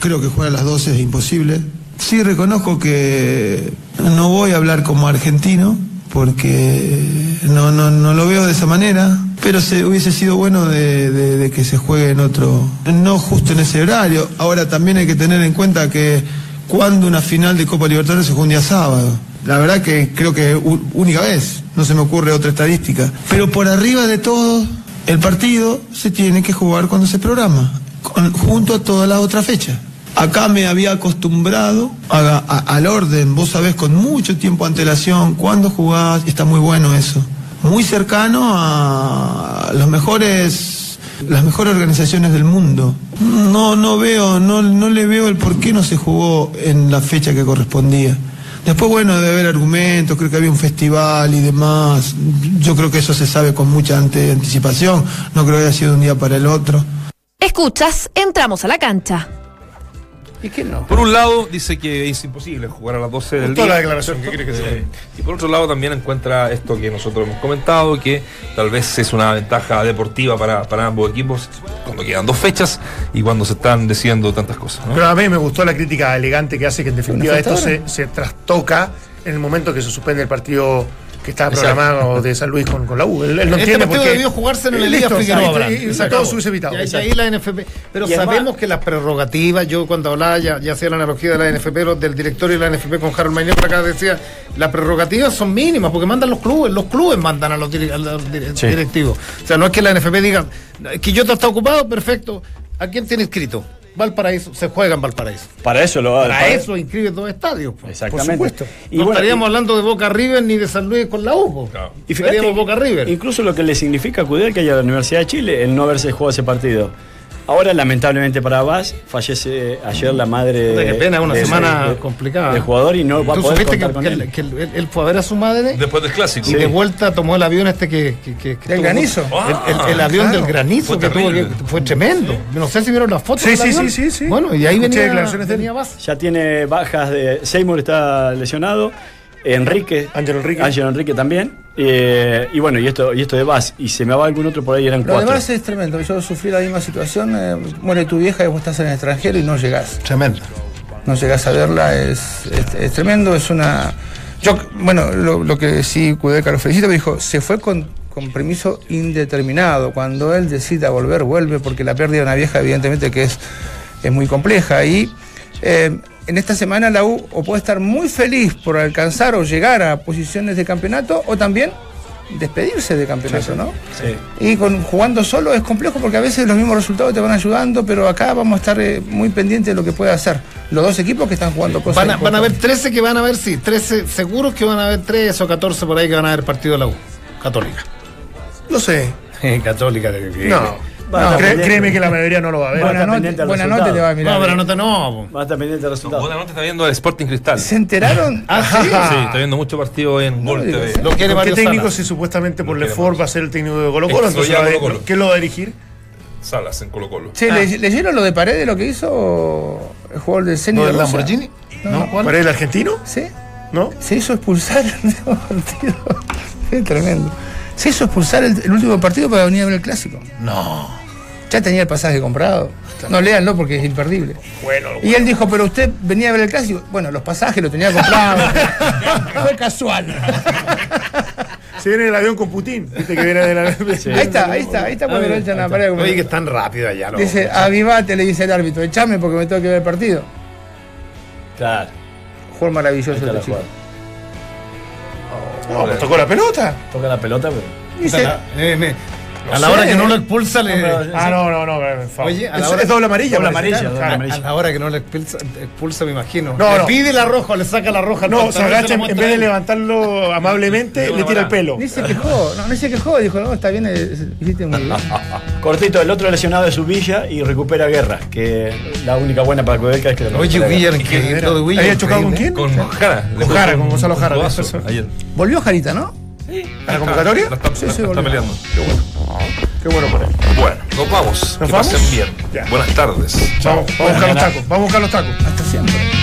Creo que jugar a las 12 es imposible. Sí reconozco que no voy a hablar como argentino porque no, no, no lo veo de esa manera, pero se, hubiese sido bueno de, de- de que se juegue en otro, no justo en ese horario. Ahora también hay que tener en cuenta que cuando una final de Copa Libertadores se juega un día sábado. La verdad que creo que u- única vez, no se me ocurre otra estadística. Pero por arriba de todo, el partido se tiene que jugar cuando se programa, con- junto a todas las otras fechas. Acá me había acostumbrado a- a- al orden, vos sabés con mucho tiempo antelación, cuándo jugás, está muy bueno eso. Muy cercano a los mejores las mejores organizaciones del mundo. No, no veo, no, no le veo el por qué no se jugó en la fecha que correspondía. Después, bueno, debe haber argumentos, creo que había un festival y demás. Yo creo que eso se sabe con mucha ante- anticipación. No creo que haya sido de un día para el otro. Escuchas, entramos a la cancha. ¿Y qué no? Por un lado, dice que es imposible jugar a las 12 del Toda día. la declaración, ¿qué crees que sea? Y por otro lado también encuentra esto que nosotros hemos comentado, que tal vez es una ventaja deportiva para, para ambos equipos cuando quedan dos fechas y cuando se están diciendo tantas cosas. ¿no? Pero a mí me gustó la crítica elegante que hace que en definitiva Bueno, esto falta se, se trastoca en el momento que se suspende el partido que estaba Exacto. programado de San Luis con, con la U. Él, él no este entiende por partido qué. debió jugarse en Eh, el listo, día Figueroa. y- y- y Se todo acabó. se hubiese evitado. Y ahí- ahí la NFP. Pero Y es sabemos más- que las prerrogativas, yo cuando hablaba, ya, ya hacía la analogía de la NFP, pero del directorio de la NFP con Harold Maynard, para acá decía, las prerrogativas son mínimas, porque mandan los clubes, los clubes mandan a los, diri- a los dire- Sí. directivos. O sea, no es que la NFP diga, Quillota está ocupado, perfecto. ¿A quién tiene inscrito? Valparaíso, se juega en Valparaíso. Para eso lo va Para eso inscribe dos estadios. po. Exactamente. Por supuesto. Y no bueno, estaríamos y- hablando de Boca River ni de San Luis con la U. po. Claro. Y fíjate, Estaríamos Boca River. Incluso lo que le significa acudir que haya la Universidad de Chile el no haberse jugado ese partido. Ahora, lamentablemente para Vaz, fallece ayer la madre. Puta, qué pena, una de- semana Eh, de- complicada. Del jugador y no va a ¿Tú poder supiste contar que, con que- él. que él, él fue a ver a su madre Después del clásico. y de vuelta tomó el avión este que... que- que- que Del tuvo- granizo. El, el- el avión Ah, del claro. granizo Fue que tuvo que- terrible. fue tremendo. No sé si vieron las fotos Sí, del sí, avión. sí, sí, sí. Bueno, y ahí Escuché venía, declaraciones de él. venía base. Ya tiene bajas de. Seymour está lesionado. Enrique. Ángel Enrique. Ángel Enrique también. eh, y bueno, y esto, y esto de Vaz. Y se me va algún otro por ahí, eran Lo cuatro. demás es tremendo. Yo sufrí la misma situación. eh, muere tu vieja y vos estás en el extranjero y no llegás. Tremendo. No llegás a verla. Es, es- es tremendo. Es una. Yo, bueno, lo, lo que sí, Cudeca lo felicito, me dijo, se fue con, con permiso indeterminado. Cuando él decida volver, vuelve, porque la pérdida de una vieja, evidentemente, que es, es muy compleja. Y eh, en esta semana la U o puede estar muy feliz por alcanzar o llegar a posiciones de campeonato, o también despedirse de campeonato, ¿no? Sí. Y con, jugando solo es complejo porque a veces los mismos resultados te van ayudando, pero acá vamos a estar eh, muy pendientes de lo que pueda hacer los dos equipos que están jugando cosas. Van a, van a haber importantes. 13 que van a ver, sí, 13 seguros que van a haber 13 o 14 por ahí que van a haber partido de la U. Católica. *laughs* No sé. Católica. de- No. Va a No, estar cre- pendiente. créeme que la mayoría no lo va a ver. Bueno, Buena estar noche, pendiente al buena resultado. note le va a No, mirar. eh. pero no te no. po. Va a estar pendiente del No, resultado. Buenanote está viendo el Sporting Cristal. ¿Se enteraron? Ah, sí. Sí, está viendo mucho partido en Gol digas TV. eso. Lo quiere ¿Qué varios técnico si supuestamente por No quiere Lefort Mario. va a ser el técnico de Colo Colo? Ex- Entonces, ya lo va a- Colo-Colo. ¿Quién lo va a dirigir? Salas en Colo Colo. Che, Ah. ¿le- ¿leyeron lo de Paredes lo que hizo el jugador del Zenit ¿No de del Rusia? Lamborghini? No, No, ¿cuál? ¿Para el argentino? ¿Sí? ¿No? Se hizo expulsar el *laughs* último partido. es tremendo. Se hizo expulsar el, el último partido para venir a ver el clásico. No. Ya tenía el pasaje comprado. No léanlo porque es imperdible. Bueno, Y él dijo, pero usted venía a ver el clásico. Bueno, los pasajes los tenía comprados. Fue casual. se viene el avión con Putin. Viste que viene del avión. *laughs* Ahí está, ahí está, ahí está cuando Ah, lo bien, echan a ahí la pared. Oye, que están rápido allá. los- Dice, avivate, le dice el árbitro, echame porque me tengo que ver el partido. Claro. Juego maravilloso Ahí está este la chico. jugada. No, me tocó la pelota. Toca la pelota, pero. Dice, Eh, me- No a la sé. hora que no lo expulsa, le. No, pero- a- Ah, no, no, no. por favor. Oye, a la es, hora- es doble amarilla. Doble parece. amarilla, doble Ah, amarilla. A la hora que no lo expulsa, expulsa, me imagino. No, le no. pide la roja, le saca la roja. al No, se pantalón, agacha la en en muestra vez a de él. levantarlo amablemente, una le tira el banana. pelo. ni se quejó, no, ni se quejó, dijo, no, está bien, es- hiciste muy bien. Cortito, el otro lesionado de su villa y recupera guerra, que la única buena para Cueveca es que lo Oye, recupera Guerra. William, que lo de William. ¿Había chocado con quién? Con Jara. le Con Jara, tocó con un- Gonzalo un Jara, codazo la persona. Ayer. Volvió Jarita, ¿no? ¿A la convocatoria? La está, Sí, la sí, está volvió. peleando. Qué bueno por él. Bueno, nos vamos. ¿Nos que vamos? pasen bien. Ya. Buenas tardes. Vamos, vamos a buscar los tacos. Vamos a buscar los tacos. Hasta siempre.